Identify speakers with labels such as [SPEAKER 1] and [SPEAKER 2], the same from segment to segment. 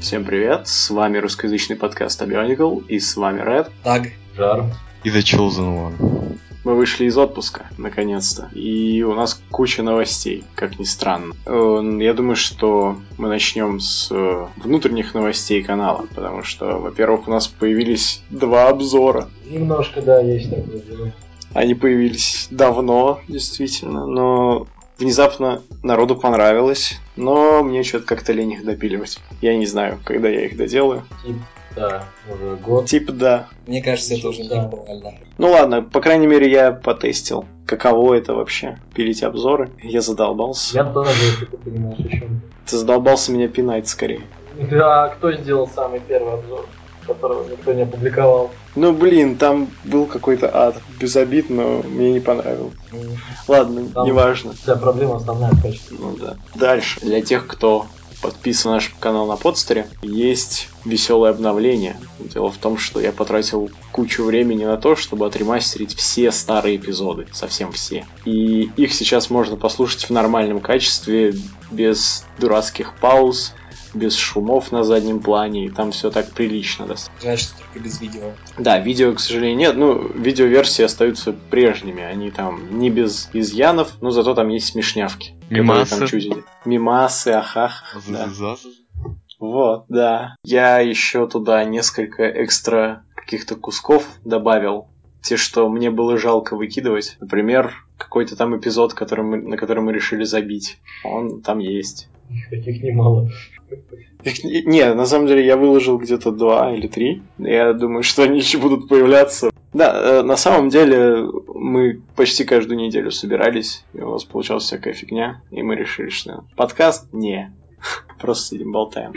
[SPEAKER 1] Всем привет, с вами русскоязычный подкаст Абионикл, и с вами Ред.
[SPEAKER 2] Так.
[SPEAKER 3] Жар.
[SPEAKER 4] И The Chosen One.
[SPEAKER 1] Мы вышли из отпуска, наконец-то, и у нас куча новостей, как ни странно. Э, Я думаю, что мы начнем с э, внутренних новостей канала, потому что, во-первых, у нас появились два обзора.
[SPEAKER 3] Немножко, да, есть такое дело.
[SPEAKER 1] Они появились давно, действительно, но внезапно народу понравилось, но мне что-то как-то лень их допиливать. Я не знаю, когда я их доделаю.
[SPEAKER 3] Тип, да, уже год.
[SPEAKER 1] Типа да.
[SPEAKER 2] Мне кажется, это уже
[SPEAKER 3] Да.
[SPEAKER 2] нормально.
[SPEAKER 1] Ну ладно, по крайней мере я потестил, каково это вообще, пилить обзоры. Я задолбался.
[SPEAKER 3] Я тоже, если ты понимаешь, о чем.
[SPEAKER 1] Ты задолбался меня пинать скорее.
[SPEAKER 3] ты. А кто сделал самый первый обзор, которого никто не опубликовал?
[SPEAKER 1] Ну блин, там был какой-то ад. Без обид, но мне не понравилось.
[SPEAKER 3] Ну,
[SPEAKER 1] Ладно,
[SPEAKER 3] Там-
[SPEAKER 1] неважно.
[SPEAKER 3] Вся проблема основная в качестве.
[SPEAKER 1] Ну да. Дальше. Для тех, кто подписан на наш канал на подстере, есть веселое обновление. Дело в том, что я потратил кучу времени на то, чтобы отремастерить все старые эпизоды, совсем все. И их сейчас можно послушать в нормальном качестве, без дурацких пауз, без шумов на заднем плане, и там все так прилично достаточно.
[SPEAKER 2] Жаль, что только без видео.
[SPEAKER 1] Да, видео, к сожалению, нет. Ну, видеоверсии остаются прежними. Они там не без изъянов, но зато там есть смешнявки. которые
[SPEAKER 4] Мимасы.
[SPEAKER 1] там чудили. Мимасы, ахах. Да.
[SPEAKER 4] Зазазазаз.
[SPEAKER 1] Вот, да. Я еще туда несколько экстра каких-то кусков добавил. Те, что мне было жалко выкидывать. Например, какой-то там эпизод, который мы, на который мы решили забить. Он там есть.
[SPEAKER 3] Таких немало.
[SPEAKER 1] Их- Не, на самом деле я выложил где-то два или три. Я думаю, что они еще будут появляться. Да, э, на самом деле мы почти каждую неделю собирались, и у нас получалась всякая фигня, и мы решили, что подкаст не. Просто сидим, болтаем.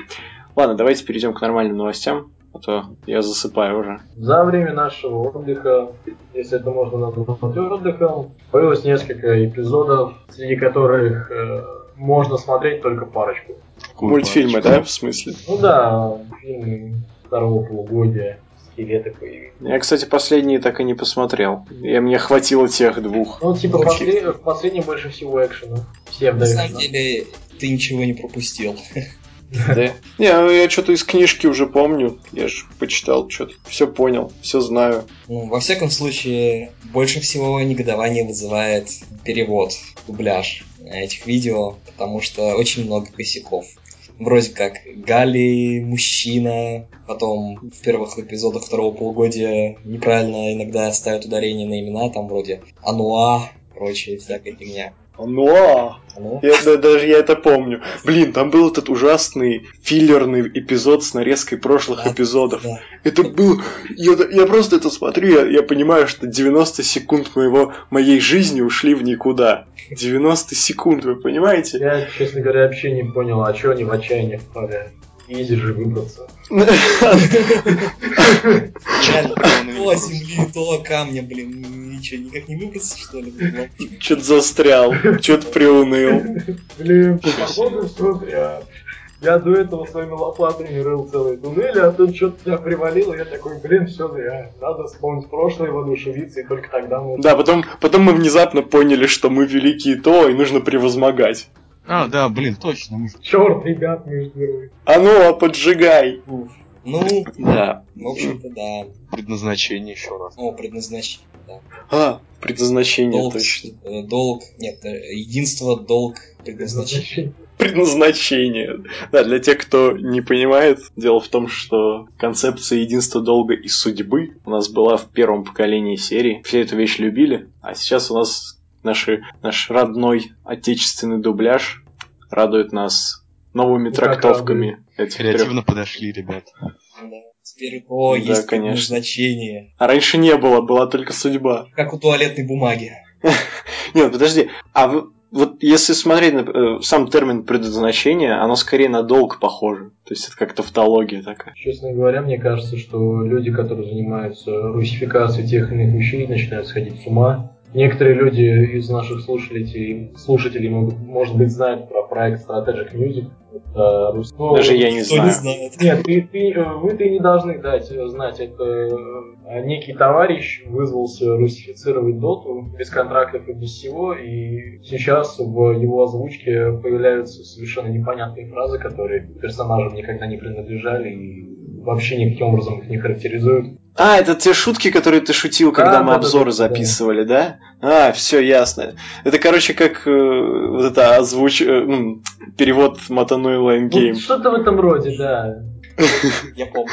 [SPEAKER 1] Ладно, давайте перейдем к нормальным новостям, а то я засыпаю уже.
[SPEAKER 3] За время нашего отдыха, если это можно назвать отдыхом, появилось несколько эпизодов, среди которых э, можно смотреть только парочку.
[SPEAKER 4] Какую
[SPEAKER 1] Мультфильмы,
[SPEAKER 4] парочку?
[SPEAKER 1] да, в смысле?
[SPEAKER 3] Ну да, фильм второго полугодия скелеты появились.
[SPEAKER 1] Я, кстати, последние так и не посмотрел. Я, мне хватило тех двух.
[SPEAKER 3] Ну, типа,
[SPEAKER 1] Очень.
[SPEAKER 3] после- в последнем больше всего экшена. Всем
[SPEAKER 2] На самом
[SPEAKER 3] экшена.
[SPEAKER 2] деле, ты ничего не пропустил.
[SPEAKER 1] Да. Не, ну я что-то из книжки уже помню. Я же почитал что-то. Все понял, все знаю.
[SPEAKER 2] Ну, во всяком случае, больше всего негодование вызывает перевод, дубляж этих видео, потому что очень много косяков. Вроде как Гали, мужчина, потом в первых эпизодах второго полугодия неправильно иногда ставят ударение на имена, там вроде Ануа, прочее, всякая фигня.
[SPEAKER 1] Ну,
[SPEAKER 2] Ануа?
[SPEAKER 1] я, да- даже я это помню. Блин, там был этот ужасный филлерный эпизод с нарезкой прошлых
[SPEAKER 2] Да,
[SPEAKER 1] эпизодов.
[SPEAKER 2] да.
[SPEAKER 1] Это был... Я, я просто это смотрю, я, я понимаю, что 90 секунд моего, моей жизни ушли в никуда. 90 секунд, вы понимаете?
[SPEAKER 3] Я, честно говоря, вообще не понял, а чё они в отчаяние впали? Изи же выбраться.
[SPEAKER 4] Чё-то прям на меня
[SPEAKER 2] То
[SPEAKER 4] просто.
[SPEAKER 2] земли, то камня, блин, ничего, никак не выбраться, что ли? блин?
[SPEAKER 1] Чё-то застрял, чё-то приуныл.
[SPEAKER 3] Блин, походу, что прям. Я до этого своими лопатами рыл целый туннель, а тут что-то меня привалило, я такой, блин, все зря. Надо вспомнить прошлое, воодушевиться, и только тогда мы...
[SPEAKER 1] Да, потом, потом мы внезапно поняли, что мы великие то, и нужно превозмогать.
[SPEAKER 4] А, да, блин, точно. мы же-
[SPEAKER 3] Черт, ребят, мы их герои.
[SPEAKER 1] А ну, а поджигай!
[SPEAKER 2] Ну,
[SPEAKER 1] Да.
[SPEAKER 2] в общем-то, да.
[SPEAKER 4] Предназначение еще раз.
[SPEAKER 2] Ну, предназначение. да.
[SPEAKER 1] А, предназначение
[SPEAKER 2] Долг,
[SPEAKER 1] точно.
[SPEAKER 2] э, долг, нет, э, единство, долг, предназначение.
[SPEAKER 1] предназначение. Да, для тех, кто не понимает, дело в том, что концепция единства долга и судьбы у нас была в первом поколении серии. Все эту вещь любили, а сейчас у нас наши, наш родной отечественный дубляж радует нас новыми
[SPEAKER 3] Ну, как
[SPEAKER 1] трактовками этих трёх.
[SPEAKER 4] Креативно подошли, ребят.
[SPEAKER 2] Да. Теперь о,
[SPEAKER 1] Да,
[SPEAKER 2] есть
[SPEAKER 1] конечно.
[SPEAKER 2] предназначение.
[SPEAKER 1] А раньше не было, была только судьба.
[SPEAKER 2] Как у туалетной бумаги.
[SPEAKER 1] Нет, подожди, а в- вот если смотреть на э, сам термин предназначение, оно скорее на долг похоже. То есть это как тавтология такая.
[SPEAKER 3] Честно говоря, мне кажется, что люди, которые занимаются русификацией тех или иных вещей, начинают сходить с ума. Некоторые люди из наших слушателей, слушателей могут, может быть, знают про проект Strategic Music. Это рус- ну,
[SPEAKER 1] Даже я не
[SPEAKER 2] Кто не
[SPEAKER 1] знаю.
[SPEAKER 2] знает.
[SPEAKER 3] Нет, ты, ты, э, вы ты не должны дать э, знать. Это э, некий товарищ вызвался русифицировать доту без контрактов и без всего, и сейчас в его озвучке появляются совершенно непонятные фразы, которые персонажам никогда не принадлежали и вообще никаким образом их не характеризуют.
[SPEAKER 1] А, это те шутки, которые ты шутил,
[SPEAKER 3] Да,
[SPEAKER 2] А,
[SPEAKER 1] когда мы
[SPEAKER 3] да,
[SPEAKER 1] обзоры
[SPEAKER 3] да, да,
[SPEAKER 1] записывали, да? А, все ясно. Это, короче, как э, вот это озвуч... э, м, перевод Матануила
[SPEAKER 3] Ну,
[SPEAKER 1] Эндгейм.
[SPEAKER 3] что-то в этом роде, да.
[SPEAKER 2] Я помню.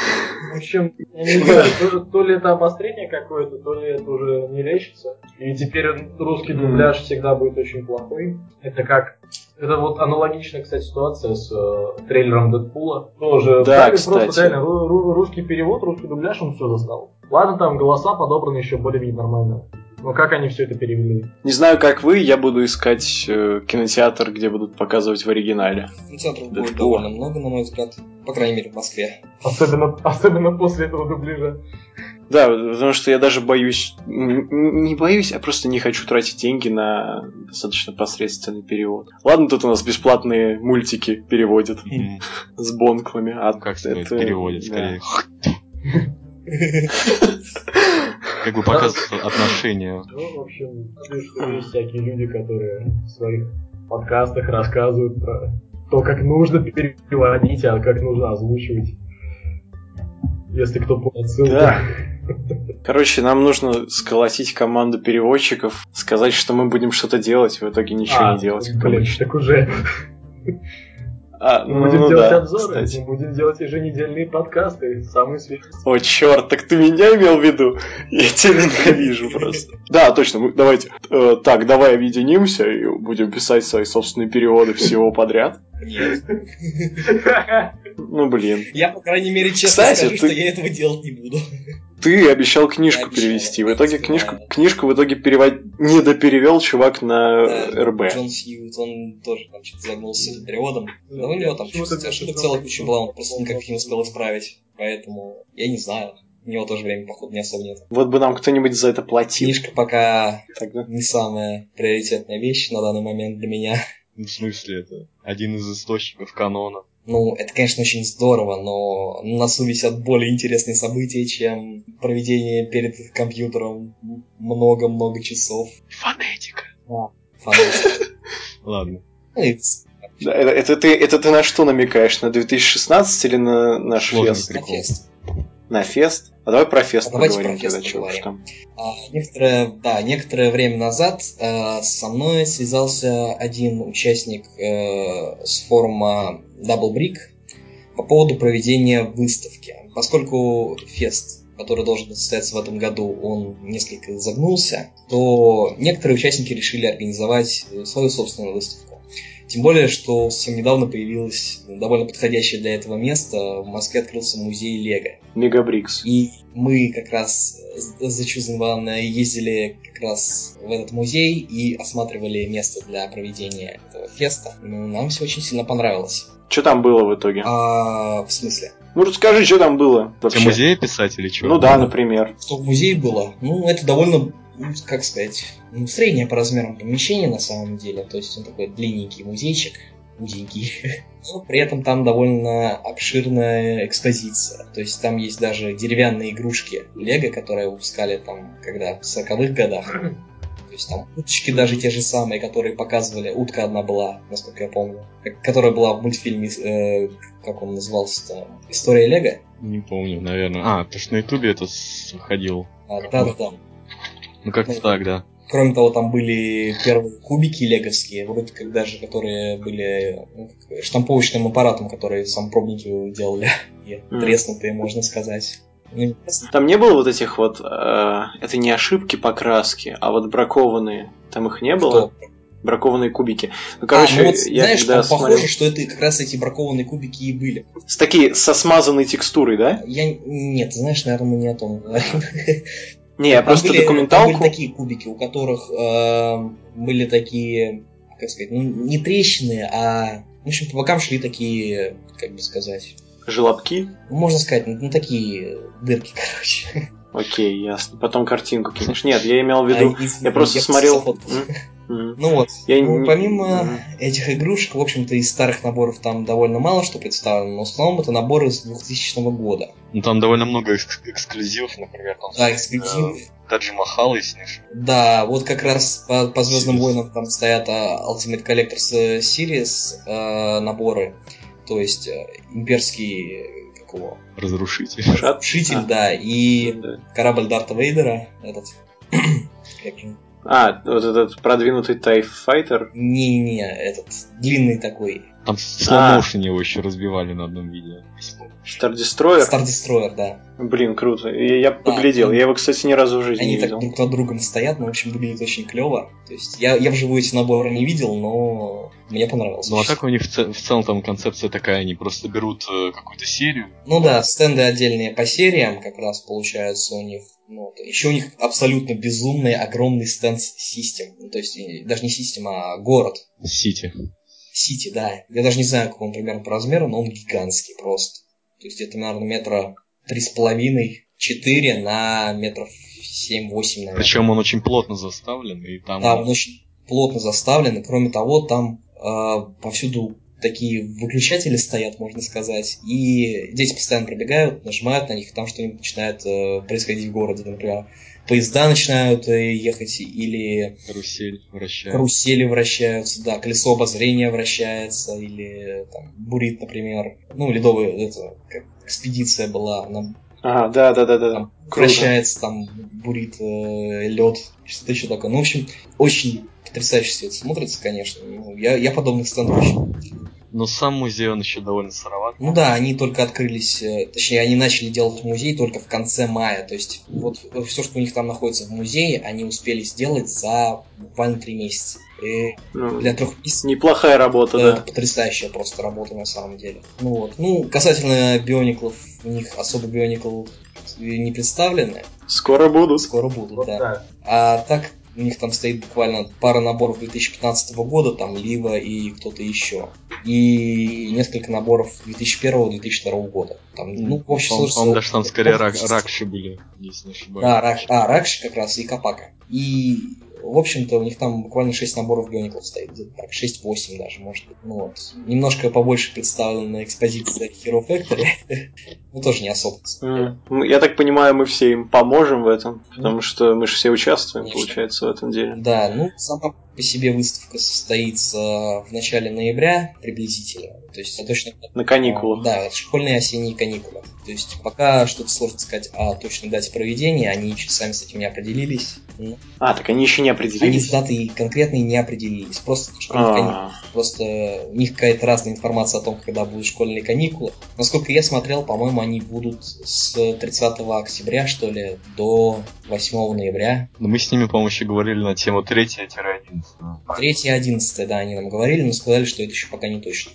[SPEAKER 3] В общем, я не знаю, то, то ли это обострение какое-то, то ли это уже не лечится. И теперь русский дубляж всегда будет очень плохой. Это как... Это вот аналогично, кстати, ситуация с э, трейлером Дэдпула. Тоже.
[SPEAKER 1] Да,
[SPEAKER 3] там
[SPEAKER 1] кстати.
[SPEAKER 3] Просто реально ру- ру- русский перевод, русский дубляж, он все достал. Ладно, там голоса подобраны еще более-менее нормально. Но как они все это перевели?
[SPEAKER 1] Не знаю, как вы, я буду искать э, кинотеатр, где будут показывать в оригинале.
[SPEAKER 2] Ну, центров
[SPEAKER 1] Да
[SPEAKER 2] будет
[SPEAKER 1] что?
[SPEAKER 2] довольно много, на мой взгляд. По крайней мере, в Москве.
[SPEAKER 3] Особенно, особенно после этого дубляжа.
[SPEAKER 1] Да, потому что я даже боюсь... м, м, Не боюсь, а просто не хочу тратить деньги на достаточно посредственный перевод. Ладно, тут у нас бесплатные мультики переводят
[SPEAKER 4] М,
[SPEAKER 1] с бонклами. А
[SPEAKER 4] Как это
[SPEAKER 1] это-
[SPEAKER 4] переводят,
[SPEAKER 1] да.
[SPEAKER 4] скорее. Как бы показывают отношения.
[SPEAKER 3] Ну, в общем, ты что есть всякие люди, которые в своих подкастах рассказывают про то, как нужно переводить, а как нужно озвучивать. Если кто а, понял ссылку.
[SPEAKER 1] Да. Короче, нам нужно сколотить команду переводчиков, сказать, что мы будем что-то делать, в итоге ничего
[SPEAKER 3] А,
[SPEAKER 1] не делать. как
[SPEAKER 3] Блин,
[SPEAKER 1] обычно.
[SPEAKER 3] так уже.
[SPEAKER 1] А, ну,
[SPEAKER 3] Мы будем
[SPEAKER 1] ну
[SPEAKER 3] делать
[SPEAKER 1] да,
[SPEAKER 3] обзоры,
[SPEAKER 1] кстати.
[SPEAKER 3] мы будем делать еженедельные подкасты, самые свежие.
[SPEAKER 1] О, черт, так ты меня имел в виду? Я тебя ненавижу просто. Да, точно, мы- давайте. э, так, давай объединимся и будем писать свои собственные переводы всего подряд.
[SPEAKER 2] Нет.
[SPEAKER 1] Ну, блин.
[SPEAKER 2] Я, по крайней мере, честно
[SPEAKER 1] Кстати,
[SPEAKER 2] скажу,
[SPEAKER 1] ты-
[SPEAKER 2] что я этого делать не буду.
[SPEAKER 1] Ты обещал книжку
[SPEAKER 2] Я обещал,
[SPEAKER 1] перевести. В итоге
[SPEAKER 2] да.
[SPEAKER 1] книжку, книжку в итоге перевод... не доперевел чувак на
[SPEAKER 2] Да,
[SPEAKER 1] Э, РБ.
[SPEAKER 2] Джон Сьюз, он тоже там что-то загнулся с этим переводом. Но у него там
[SPEAKER 3] Почему-то
[SPEAKER 2] чуть
[SPEAKER 3] мне
[SPEAKER 2] ошибок
[SPEAKER 3] кажется,
[SPEAKER 2] целая
[SPEAKER 3] он-
[SPEAKER 2] куча была, он просто никак их не успел исправить. Поэтому я не знаю. У него тоже времени, походу, не особо нет.
[SPEAKER 1] Вот бы нам кто-нибудь за это платил.
[SPEAKER 2] Книжка пока
[SPEAKER 1] Тогда-
[SPEAKER 2] не самая приоритетная вещь на данный момент для меня.
[SPEAKER 4] Ну, В смысле, это один из источников канона.
[SPEAKER 2] Ну, это, конечно, очень здорово, но на носу висят более интересные события, чем проведение перед компьютером много-много часов.
[SPEAKER 4] Фонетика.
[SPEAKER 2] Фантастика.
[SPEAKER 4] Ладно.
[SPEAKER 2] Ну, и с-
[SPEAKER 1] Да, это, это ты, это ты на что намекаешь? На 2016 или на наш
[SPEAKER 4] Сложно
[SPEAKER 1] фест?
[SPEAKER 2] на
[SPEAKER 4] Прикол.
[SPEAKER 2] фест.
[SPEAKER 1] На фест? А давай про фест
[SPEAKER 2] А давайте
[SPEAKER 1] поговорим
[SPEAKER 2] про фест
[SPEAKER 1] тогда, чё уж
[SPEAKER 2] поговорим.
[SPEAKER 1] там.
[SPEAKER 2] А, некоторое, да, некоторое время назад э, со мной связался один участник э, с форума Double Brick по поводу проведения выставки. Поскольку фест, который должен был состояться в этом году, он несколько загнулся, то некоторые участники решили организовать э, свою собственную выставку. Тем более, что совсем недавно появилось ну, довольно подходящее для этого место. В Москве открылся музей Лего.
[SPEAKER 1] Мегабрикс.
[SPEAKER 2] И мы как раз с- за Chosen One ездили как раз в этот музей и осматривали место для проведения этого феста. Ну, Нам все очень сильно понравилось.
[SPEAKER 1] Что там было в итоге?
[SPEAKER 2] А, в смысле?
[SPEAKER 1] Ну расскажи, что там было
[SPEAKER 4] Ты
[SPEAKER 1] вообще.
[SPEAKER 4] музей писать или что?
[SPEAKER 1] Ну да, например.
[SPEAKER 2] Что в музее было? Ну, это довольно, ну, как сказать, ну, среднее по размерам помещение на самом деле. То есть он такой длинненький музейчик. Худенький. Но при этом там довольно обширная экспозиция. То есть там есть даже деревянные игрушки Лего, которые выпускали там, когда в 40-х годах. То есть там уточки даже те же самые, которые показывали. Утка одна была, насколько я помню. э, Которая была в мультфильме, э, как он назывался-то? История Лего?
[SPEAKER 4] Не помню, наверное. А, потому что на ютубе это с- ходил.
[SPEAKER 2] А, Да-да-да.
[SPEAKER 4] Ну как-то
[SPEAKER 2] Ну.
[SPEAKER 4] так, да.
[SPEAKER 2] Кроме того, там были первые кубики леговские, вроде как даже, которые были ну, как штамповочным аппаратом, который сам пробники делали. И
[SPEAKER 1] Мгм.
[SPEAKER 2] треснутые, можно сказать. Ну,
[SPEAKER 1] Там не было вот этих вот... э, это не ошибки покраски, а вот бракованные. Там их не было?
[SPEAKER 2] кто?
[SPEAKER 1] Бракованные кубики. Ну,
[SPEAKER 2] А, ну
[SPEAKER 1] короче,
[SPEAKER 2] вот
[SPEAKER 1] я
[SPEAKER 2] знаешь,
[SPEAKER 1] когда
[SPEAKER 2] по- похоже,
[SPEAKER 1] смотрел...
[SPEAKER 2] что это как раз эти бракованные кубики и были.
[SPEAKER 1] С такие, со смазанной текстурой, да?
[SPEAKER 2] Я... Нет, знаешь, наверное, не о том говорил.
[SPEAKER 1] Не, я просто
[SPEAKER 2] были,
[SPEAKER 1] документалку...
[SPEAKER 2] там были такие кубики, у которых эм, были такие, как сказать, ну, не трещины, а... В общем, по бокам шли такие, как бы сказать...
[SPEAKER 1] Желобки?
[SPEAKER 2] Ну, Можно сказать, ну, такие дырки, короче.
[SPEAKER 1] Окей, ясно. Потом картинку кинешь. Нет, Ну, я имел в виду...
[SPEAKER 2] А из-
[SPEAKER 1] Я просто
[SPEAKER 2] из-
[SPEAKER 1] смотрел...
[SPEAKER 2] сахот.
[SPEAKER 1] М, м.
[SPEAKER 2] Ну вот,
[SPEAKER 1] Я
[SPEAKER 2] ну,
[SPEAKER 1] не-
[SPEAKER 2] помимо
[SPEAKER 1] Мгм.
[SPEAKER 2] этих игрушек, в общем-то, из старых наборов там довольно мало что представлено, но в основном это наборы с 2000 года.
[SPEAKER 4] Ну, там довольно много экск- эксклюзивов, например, там...
[SPEAKER 2] Да, эксклюзив.
[SPEAKER 4] Таджи Махал, если не ошибаюсь.
[SPEAKER 2] Да, вот как раз по, по Звездным
[SPEAKER 4] Series.
[SPEAKER 2] войнам там стоят а, Ultimate Collectors э, Series э, наборы, то есть э, имперский э, как его,
[SPEAKER 4] Разрушитель.
[SPEAKER 1] Шат?
[SPEAKER 2] Шитель,
[SPEAKER 1] А.
[SPEAKER 2] да, и
[SPEAKER 1] Да.
[SPEAKER 2] корабль Дарта Вейдера, этот. как же?
[SPEAKER 1] А, вот этот продвинутый тайфайтер.
[SPEAKER 2] Не-не-не, этот длинный такой.
[SPEAKER 4] Там в слоумоушене его еще разбивали на одном видео.
[SPEAKER 1] Стар-дестройер.
[SPEAKER 2] Star Destroyer, да.
[SPEAKER 1] Блин, круто. Я, я поглядел. Я его, кстати, ни разу в жизни
[SPEAKER 2] А, ну,
[SPEAKER 1] не
[SPEAKER 2] Они так
[SPEAKER 1] видел.
[SPEAKER 2] друг над другом стоят, но, в общем, выглядит очень клево. То есть я, я вживую эти наборы не видел, но мне понравилось.
[SPEAKER 4] Ну а как у них в, ц- в целом там концепция такая? Они просто берут э, какую-то серию,
[SPEAKER 2] Ну да, стенды отдельные по сериям как раз получаются у них. Ну, еще у них абсолютно безумный огромный стенд систем. Ну, то есть и даже не систем, а город.
[SPEAKER 4] Сити.
[SPEAKER 2] Сити, да. Я даже не знаю, какой он примерно по размеру, но он гигантский просто. То есть это, наверное, метра три с половиной, четыре на метров семь-восемь, наверное.
[SPEAKER 4] Причем он очень плотно заставлен, и там...
[SPEAKER 2] Да, он очень плотно заставлен, и кроме того, там э, повсюду такие выключатели стоят, можно сказать, и дети постоянно пробегают, нажимают на них, и там что-нибудь начинает э, происходить в городе, например, поезда начинают э, ехать, или
[SPEAKER 4] Карусель вращается.
[SPEAKER 2] карусели вращаются, да, колесо обозрения вращается, или э, там, бурит, например, ну, ледовая это, как экспедиция была, она
[SPEAKER 1] Ага, А, да, да, да, да. да.
[SPEAKER 2] там
[SPEAKER 1] Круто.
[SPEAKER 2] вращается, там бурит лед, что-то еще такое. Ну, в общем, очень потрясающе все это смотрится, конечно. Ну, Я, я подобных стендов очень-
[SPEAKER 4] Но сам музей, он еще довольно сыроват.
[SPEAKER 2] Ну да, они только открылись, э, точнее, они начали делать музей только в конце мая. То есть, вот все, что у них там находится в музее, они успели сделать за буквально три месяца. И
[SPEAKER 1] Ну,
[SPEAKER 2] для трех месяцев
[SPEAKER 1] Неплохая работа,
[SPEAKER 2] это
[SPEAKER 1] да.
[SPEAKER 2] потрясающая просто работа на самом деле. Ну вот. Ну, касательно биониклов, у них особо бионикл не представлены.
[SPEAKER 1] Скоро будут.
[SPEAKER 2] Скоро будут,
[SPEAKER 3] Вот
[SPEAKER 2] да.
[SPEAKER 3] так.
[SPEAKER 2] А так у них там стоит буквально пара наборов 2015 года, там Лива и кто-то еще. И несколько наборов 2001-2002 года. Там, ну, в общей
[SPEAKER 4] По-моему,
[SPEAKER 2] сложности-
[SPEAKER 4] по-моему, даже там скорее
[SPEAKER 2] в общей
[SPEAKER 4] рак-
[SPEAKER 2] сложности-
[SPEAKER 4] ракши были, если не ошибаюсь.
[SPEAKER 2] Да, Рак- а, Ракши как раз и Капака. И, в общем-то, у них там буквально 6 наборов биоников стоит. где-то Так, 6-8 даже, может быть. Ну, вот. Немножко побольше представлена экспозиция Hero Factory. Ну, тоже не особо.
[SPEAKER 1] М. Ну, Я так понимаю, мы все им поможем в этом, потому что мы же все участвуем,
[SPEAKER 2] Конечно.
[SPEAKER 1] получается, в этом деле.
[SPEAKER 2] Да, ну сама по себе выставка состоится в начале ноября приблизительно. То есть я точно
[SPEAKER 1] На каникулах.
[SPEAKER 2] Да, это школьные осенние каникулы. То есть пока что-то сложно сказать о точной дате проведения, они еще сами с этим не определились. Ну,
[SPEAKER 1] А, так они еще не
[SPEAKER 2] Они с
[SPEAKER 1] определились.
[SPEAKER 2] датой конкретной не определились. Просто школьные каникулы.
[SPEAKER 1] А,
[SPEAKER 2] Просто у них какая-то разная информация о том, когда будут школьные каникулы. Насколько я смотрел, по-моему, они будут с 30 октября, что ли, до 8 ноября.
[SPEAKER 4] Но мы с ними, по-моему, еще говорили на тему а 3-11.
[SPEAKER 2] 3 11 да, они нам говорили, но сказали, что это еще пока не точно.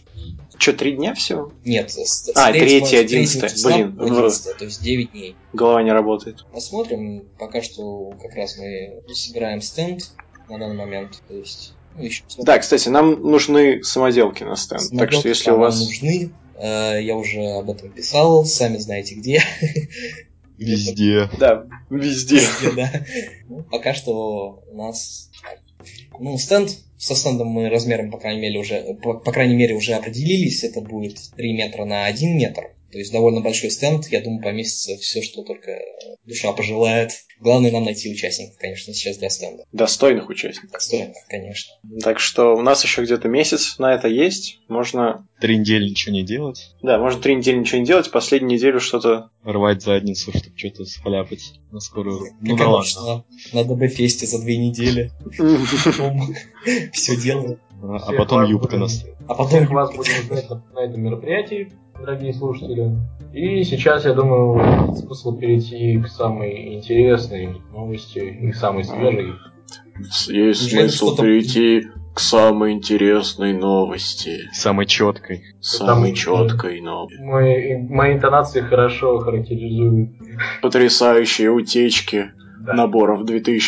[SPEAKER 1] Что, три дня всего?
[SPEAKER 2] Нет, с,
[SPEAKER 1] А,
[SPEAKER 2] с третьего- с
[SPEAKER 1] 3-е,
[SPEAKER 2] третьего
[SPEAKER 1] 11-е,
[SPEAKER 2] числа
[SPEAKER 1] блин, ну,
[SPEAKER 2] по 11-е, то есть 9 дней.
[SPEAKER 1] Голова не работает.
[SPEAKER 2] Посмотрим, пока что как раз мы собираем стенд на данный момент, то есть... Ну, еще посмотрим.
[SPEAKER 1] Да, кстати, нам нужны самоделки на стенд. так
[SPEAKER 2] Самоделки
[SPEAKER 1] что если
[SPEAKER 2] нам
[SPEAKER 1] у вас...
[SPEAKER 2] нужны, э, я уже об этом писал, сами знаете где.
[SPEAKER 4] Везде.
[SPEAKER 1] Да, везде.
[SPEAKER 2] Да. Ну, Пока что у нас... Ну, стенд, со стендом мы размером, по крайней мере, уже, по, по крайней мере, уже определились. Это будет 3 метра на 1 метр. То есть довольно большой стенд. Я думаю, поместится все, что только душа пожелает. Главное нам найти участников, конечно, сейчас для стенда.
[SPEAKER 1] Достойных участников.
[SPEAKER 2] Достойных, конечно.
[SPEAKER 1] Так что у нас еще где-то месяц на это есть. Можно...
[SPEAKER 4] Три недели ничего не делать.
[SPEAKER 1] Да, можно три недели ничего не делать, последнюю неделю что-то...
[SPEAKER 4] Рвать задницу, чтобы что-то схляпать на скорую. Ну
[SPEAKER 2] как
[SPEAKER 4] да ладно.
[SPEAKER 2] обычно, на ДБ-фесте за две недели. Все делаем.
[SPEAKER 4] А а
[SPEAKER 3] Всех
[SPEAKER 4] потом
[SPEAKER 3] вас
[SPEAKER 4] юбка
[SPEAKER 3] будем-
[SPEAKER 4] на стенд.
[SPEAKER 2] А
[SPEAKER 3] Всех
[SPEAKER 2] потом...
[SPEAKER 3] вас будем ждать на- на этом мероприятии, дорогие слушатели. И сейчас, я думаю, смысл перейти к самой интересной новости и самой свежей.
[SPEAKER 1] Есть
[SPEAKER 2] Неужели смысл что-то- перейти
[SPEAKER 1] к самой интересной новости.
[SPEAKER 4] Самой четкой.
[SPEAKER 3] Самой чёткой
[SPEAKER 1] новости.
[SPEAKER 3] Мои, мои интонации хорошо характеризуют
[SPEAKER 1] Потрясающие утечки.
[SPEAKER 3] Да.
[SPEAKER 1] наборов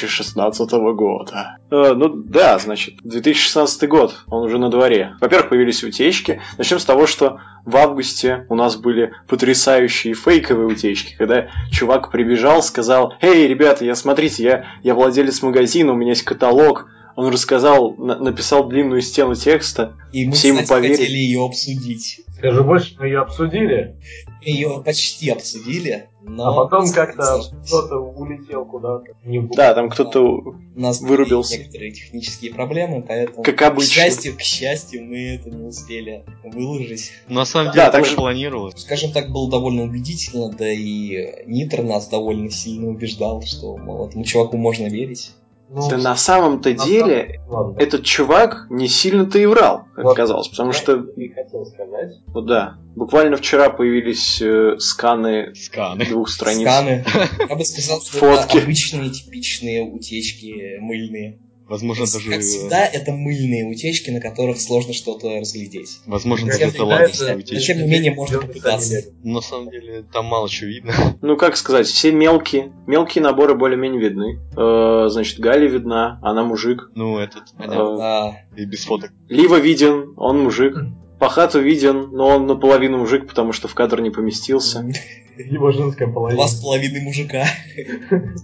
[SPEAKER 1] 2016 года. Э, ну да, значит, 2016 год, он уже на дворе. Во-первых, появились утечки. Начнем с того, что в августе у нас были потрясающие фейковые утечки, когда чувак прибежал, сказал, «Эй, ребята, я смотрите, я, я владелец магазина, у меня есть каталог». Он рассказал, на- написал длинную стену текста.
[SPEAKER 2] И мы,
[SPEAKER 1] Все ему
[SPEAKER 2] кстати,
[SPEAKER 1] поверили.
[SPEAKER 2] хотели ее обсудить.
[SPEAKER 3] Скажу больше, мы ее обсудили,
[SPEAKER 2] Ее почти обсудили, но...
[SPEAKER 3] а потом как-то
[SPEAKER 2] сложилось.
[SPEAKER 3] кто-то улетел куда-то. Не в-
[SPEAKER 1] Да, там кто-то,
[SPEAKER 2] У нас
[SPEAKER 1] вырубился.
[SPEAKER 2] были некоторые технические проблемы, поэтому...
[SPEAKER 1] как
[SPEAKER 2] К
[SPEAKER 1] обычно...
[SPEAKER 2] счастью, к счастью, мы это не успели выложить.
[SPEAKER 4] На самом
[SPEAKER 1] Да,
[SPEAKER 4] деле,
[SPEAKER 1] так
[SPEAKER 4] тоже
[SPEAKER 1] же-
[SPEAKER 4] планировалось.
[SPEAKER 2] Скажем так, было довольно убедительно, да и Нитр нас довольно сильно убеждал, что, мол, этому чуваку можно верить.
[SPEAKER 3] Ну,
[SPEAKER 1] Да на самом-то
[SPEAKER 3] на
[SPEAKER 1] деле
[SPEAKER 3] ладно.
[SPEAKER 1] этот чувак не сильно-то и врал, как
[SPEAKER 3] Вот.
[SPEAKER 1] оказалось, потому
[SPEAKER 3] Я
[SPEAKER 1] что,
[SPEAKER 3] и хотел сказать.
[SPEAKER 1] ну да, буквально вчера появились э, сканы
[SPEAKER 4] Сканы.
[SPEAKER 1] двух страниц.
[SPEAKER 2] Сканы. Я бы сказал, что
[SPEAKER 1] Фотки.
[SPEAKER 2] это обычные, типичные утечки мыльные.
[SPEAKER 4] Возможно,
[SPEAKER 2] Как
[SPEAKER 4] даже... э,
[SPEAKER 2] всегда, это мыльные утечки, на которых сложно что-то разглядеть.
[SPEAKER 4] Возможно,
[SPEAKER 3] Как
[SPEAKER 4] даже это
[SPEAKER 3] всегда,
[SPEAKER 4] ладно
[SPEAKER 3] Ну, типа, это-
[SPEAKER 2] Но,
[SPEAKER 4] утечка.
[SPEAKER 2] тем не менее, можно
[SPEAKER 3] Идём,
[SPEAKER 2] попытаться.
[SPEAKER 3] сами
[SPEAKER 4] На самом деле, там мало чего видно.
[SPEAKER 1] Ну, как сказать, все мелкие. Мелкие наборы более-менее видны. Э, значит, Гали видна, она мужик.
[SPEAKER 4] Ну, этот, понятно.
[SPEAKER 1] Э,
[SPEAKER 2] Да.
[SPEAKER 4] И без фоток.
[SPEAKER 1] Лива виден, он мужик.
[SPEAKER 3] Мгм.
[SPEAKER 1] Пахату виден, но он наполовину мужик, потому что в кадр не поместился.
[SPEAKER 2] Два
[SPEAKER 3] видели. Его женская половина.
[SPEAKER 2] с половиной мужика.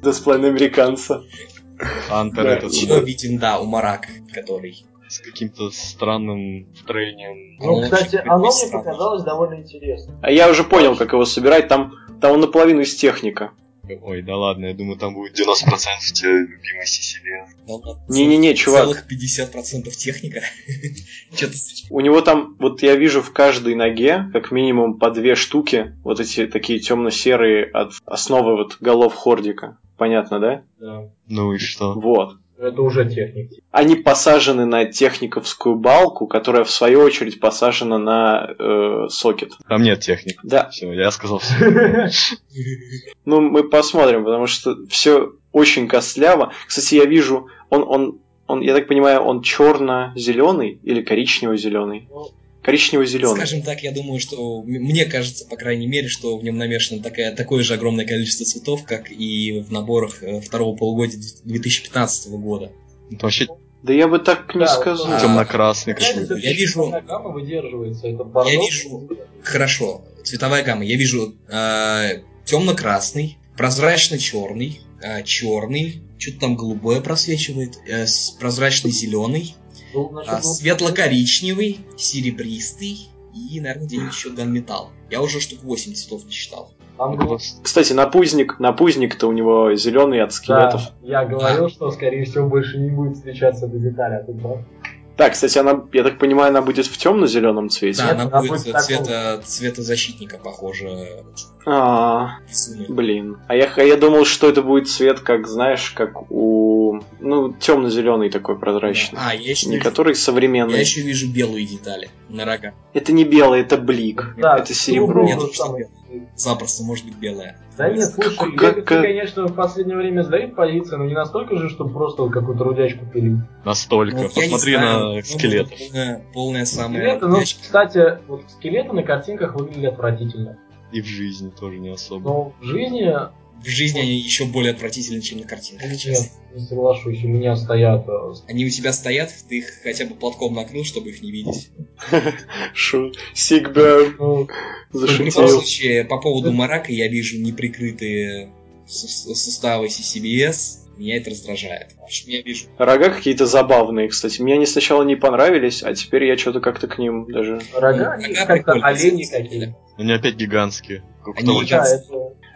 [SPEAKER 1] Да с половиной американца.
[SPEAKER 4] Антер
[SPEAKER 1] Да,
[SPEAKER 4] этот
[SPEAKER 1] и-
[SPEAKER 2] Его видим, да, у Марак, который.
[SPEAKER 4] с каким-то странным строением.
[SPEAKER 3] Ну,
[SPEAKER 2] Оно
[SPEAKER 3] кстати,
[SPEAKER 2] очень
[SPEAKER 3] оно мне
[SPEAKER 2] странно.
[SPEAKER 3] показалось довольно интересным.
[SPEAKER 1] А я уже понял, как его собирать. Там, там он наполовину из техника.
[SPEAKER 4] Ой, да ладно, я думаю, там будет 90% тебя любимой Сесилия.
[SPEAKER 2] Но он
[SPEAKER 1] Не-не-не, чувак.
[SPEAKER 2] Ну, Целых 50% техника. Что-то
[SPEAKER 1] У него там, вот я вижу в каждой ноге, как минимум по две штуки, вот эти такие темно-серые от основы вот голов Хордика. Понятно, да?
[SPEAKER 3] Да.
[SPEAKER 4] Ну и что?
[SPEAKER 1] Вот.
[SPEAKER 3] Это уже техники.
[SPEAKER 1] они посажены на техниковскую балку, которая в свою очередь посажена на э, сокет.
[SPEAKER 4] Там нет техник.
[SPEAKER 1] Да,
[SPEAKER 4] Все, я сказал все.
[SPEAKER 1] ну мы посмотрим, потому что все очень косляво. Кстати, я вижу, он, он, он, я так понимаю, он черно-зеленый или коричнево-зеленый?
[SPEAKER 3] Ну,
[SPEAKER 1] Коричнево-зеленый.
[SPEAKER 2] Скажем так, я думаю, что м- мне кажется, по крайней мере, что в нем намешано такая, такое же огромное количество цветов, как и в наборах э, второго полугодия 2015 года.
[SPEAKER 4] Это вообще
[SPEAKER 1] Да я бы так не
[SPEAKER 3] Да,
[SPEAKER 1] сказал.
[SPEAKER 2] вот,
[SPEAKER 4] темно-красный
[SPEAKER 2] Конечно,
[SPEAKER 4] какой-то.
[SPEAKER 2] я вижу-
[SPEAKER 3] Гамма выдерживается. Это бордо.
[SPEAKER 2] Я вижу. Хорошо, цветовая гамма. Я вижу а, темно-красный, прозрачно-черный, черный, что-то а, там голубое просвечивает, э, с- прозрачно-зеленый,
[SPEAKER 3] Ну, насчет
[SPEAKER 2] а,
[SPEAKER 3] вот-
[SPEAKER 2] светло-коричневый, серебристый и, наверное, где-нибудь еще ганметалл. Я уже штук 8 цветов насчитал.
[SPEAKER 3] Там было-
[SPEAKER 1] Кстати, напузник, напузник-то у него зеленый от скелетов.
[SPEAKER 3] Да, я говорил, что, скорее всего, больше не будет встречаться эта деталь, а тут, да?
[SPEAKER 1] Да, кстати, она, я так понимаю, она будет в темно-зеленом цвете.
[SPEAKER 2] Да,
[SPEAKER 3] Нет,
[SPEAKER 2] она
[SPEAKER 3] она
[SPEAKER 2] будет
[SPEAKER 3] будет такого.
[SPEAKER 2] цвета, защитника, похоже,
[SPEAKER 1] А,
[SPEAKER 2] рисунок.
[SPEAKER 1] Блин. А я, х- я думал, что это будет цвет, как, знаешь, как у... Ну, темно-зеленый такой прозрачный.
[SPEAKER 2] А, я еще,
[SPEAKER 1] Не
[SPEAKER 2] вижу,
[SPEAKER 1] который
[SPEAKER 2] я
[SPEAKER 1] современный.
[SPEAKER 2] еще вижу белые детали на рога.
[SPEAKER 1] Это не белый, это блик.
[SPEAKER 3] Да,
[SPEAKER 1] это серебро.
[SPEAKER 2] Нет,
[SPEAKER 3] ну,
[SPEAKER 2] что
[SPEAKER 3] там-
[SPEAKER 2] Запросто может быть белая.
[SPEAKER 3] Да нет, слушай,
[SPEAKER 1] Как-
[SPEAKER 3] Лего,
[SPEAKER 1] как-
[SPEAKER 3] конечно, в последнее время сдают позиции, но не настолько же, чтобы просто вот какую-то рудячку пилить.
[SPEAKER 4] Настолько.
[SPEAKER 2] Вот я не
[SPEAKER 4] Посмотри
[SPEAKER 2] знаю,
[SPEAKER 4] на
[SPEAKER 2] ну,
[SPEAKER 4] скелет.
[SPEAKER 2] полная- Полная самая.
[SPEAKER 3] Скелеты, ну,
[SPEAKER 2] ручка.
[SPEAKER 3] кстати, вот скелеты на картинках выглядят отвратительно.
[SPEAKER 4] И в жизни тоже не особо.
[SPEAKER 3] Но в жизни,
[SPEAKER 2] В жизни они еще более отвратительны, чем на картинках.
[SPEAKER 3] нет,
[SPEAKER 2] честно.
[SPEAKER 3] не соглашусь, у меня стоят... э,
[SPEAKER 2] Они у тебя стоят, ты их хотя бы платком накрыл, чтобы их не видеть.
[SPEAKER 1] Шу. Сигбер
[SPEAKER 3] ну,
[SPEAKER 2] В любом
[SPEAKER 1] зашутил.
[SPEAKER 2] случае, по поводу Марака я вижу неприкрытые с- с- составы CCBS. Меня это раздражает. В общем, я вижу
[SPEAKER 1] Рога какие-то забавные, кстати. Мне они сначала не понравились, а теперь я что-то как-то к ним даже...
[SPEAKER 3] рога, они
[SPEAKER 2] Ну, Рога
[SPEAKER 3] как-то
[SPEAKER 2] прикольные,
[SPEAKER 3] олени
[SPEAKER 2] на самом деле.
[SPEAKER 3] какие-то.
[SPEAKER 4] Они опять гигантские. Как у
[SPEAKER 2] ну, Они
[SPEAKER 4] того
[SPEAKER 2] гигантские.
[SPEAKER 3] Да,
[SPEAKER 4] человека.
[SPEAKER 2] Сейчас.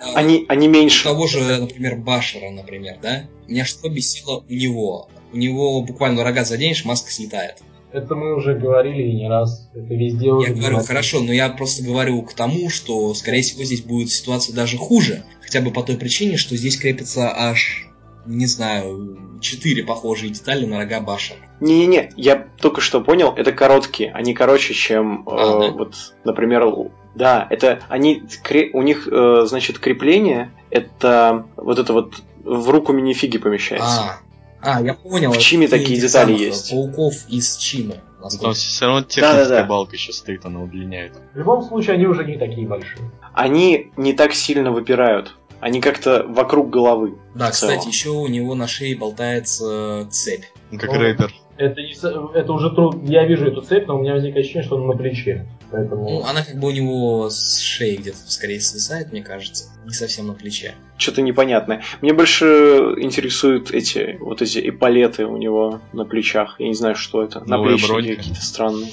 [SPEAKER 3] это...
[SPEAKER 2] А,
[SPEAKER 1] Они, они
[SPEAKER 2] у
[SPEAKER 1] меньше.
[SPEAKER 2] того же, например, Башера, например, да? Меня что бесило у него? У него буквально рога заденешь, маска слетает.
[SPEAKER 3] Это мы уже говорили и не раз. Это везде уже...
[SPEAKER 2] Я говорю,
[SPEAKER 3] бывает.
[SPEAKER 2] хорошо, но я просто говорю к тому, что, скорее всего, здесь будет ситуация даже хуже. Хотя бы по той причине, что здесь крепится аж, не знаю, четыре похожие детали на рога Башера.
[SPEAKER 1] Не-не-не, я только что понял, это короткие. Они короче, чем, э,
[SPEAKER 2] А, да?
[SPEAKER 1] вот, например, л- да, это они, кре- у них, э, значит, крепление, это вот это вот в руку минифиги помещается.
[SPEAKER 2] А, а, я понял.
[SPEAKER 1] В
[SPEAKER 2] это
[SPEAKER 1] Чиме
[SPEAKER 2] ты
[SPEAKER 1] такие
[SPEAKER 2] этих
[SPEAKER 1] детали
[SPEAKER 2] самых, э,
[SPEAKER 1] есть.
[SPEAKER 2] Пауков из Чимы.
[SPEAKER 4] Ну, Там
[SPEAKER 2] насколько-
[SPEAKER 4] все равно техническая
[SPEAKER 1] Да-да-да.
[SPEAKER 4] балка еще стоит, она удлиняет.
[SPEAKER 3] В любом случае, они уже не такие большие.
[SPEAKER 1] Они не так сильно выпирают. Они как-то вокруг головы.
[SPEAKER 2] Да,
[SPEAKER 1] в целом.
[SPEAKER 2] кстати, еще у него на шее болтается э, цепь.
[SPEAKER 4] Как
[SPEAKER 3] Ну,
[SPEAKER 4] рейдер.
[SPEAKER 3] Это, не со- это уже трудно. Я вижу эту цепь, но у меня возникает ощущение, что она на плече.
[SPEAKER 2] Ну,
[SPEAKER 3] Поэтому...
[SPEAKER 2] она как бы у него с шеи где-то скорее свисает, мне кажется. Не совсем на плече.
[SPEAKER 1] Что-то непонятное. Мне больше интересуют эти вот эти эполеты у него на плечах. Я не знаю, что это.
[SPEAKER 4] Новая
[SPEAKER 1] Наплечники
[SPEAKER 4] бронька.
[SPEAKER 1] какие-то странные.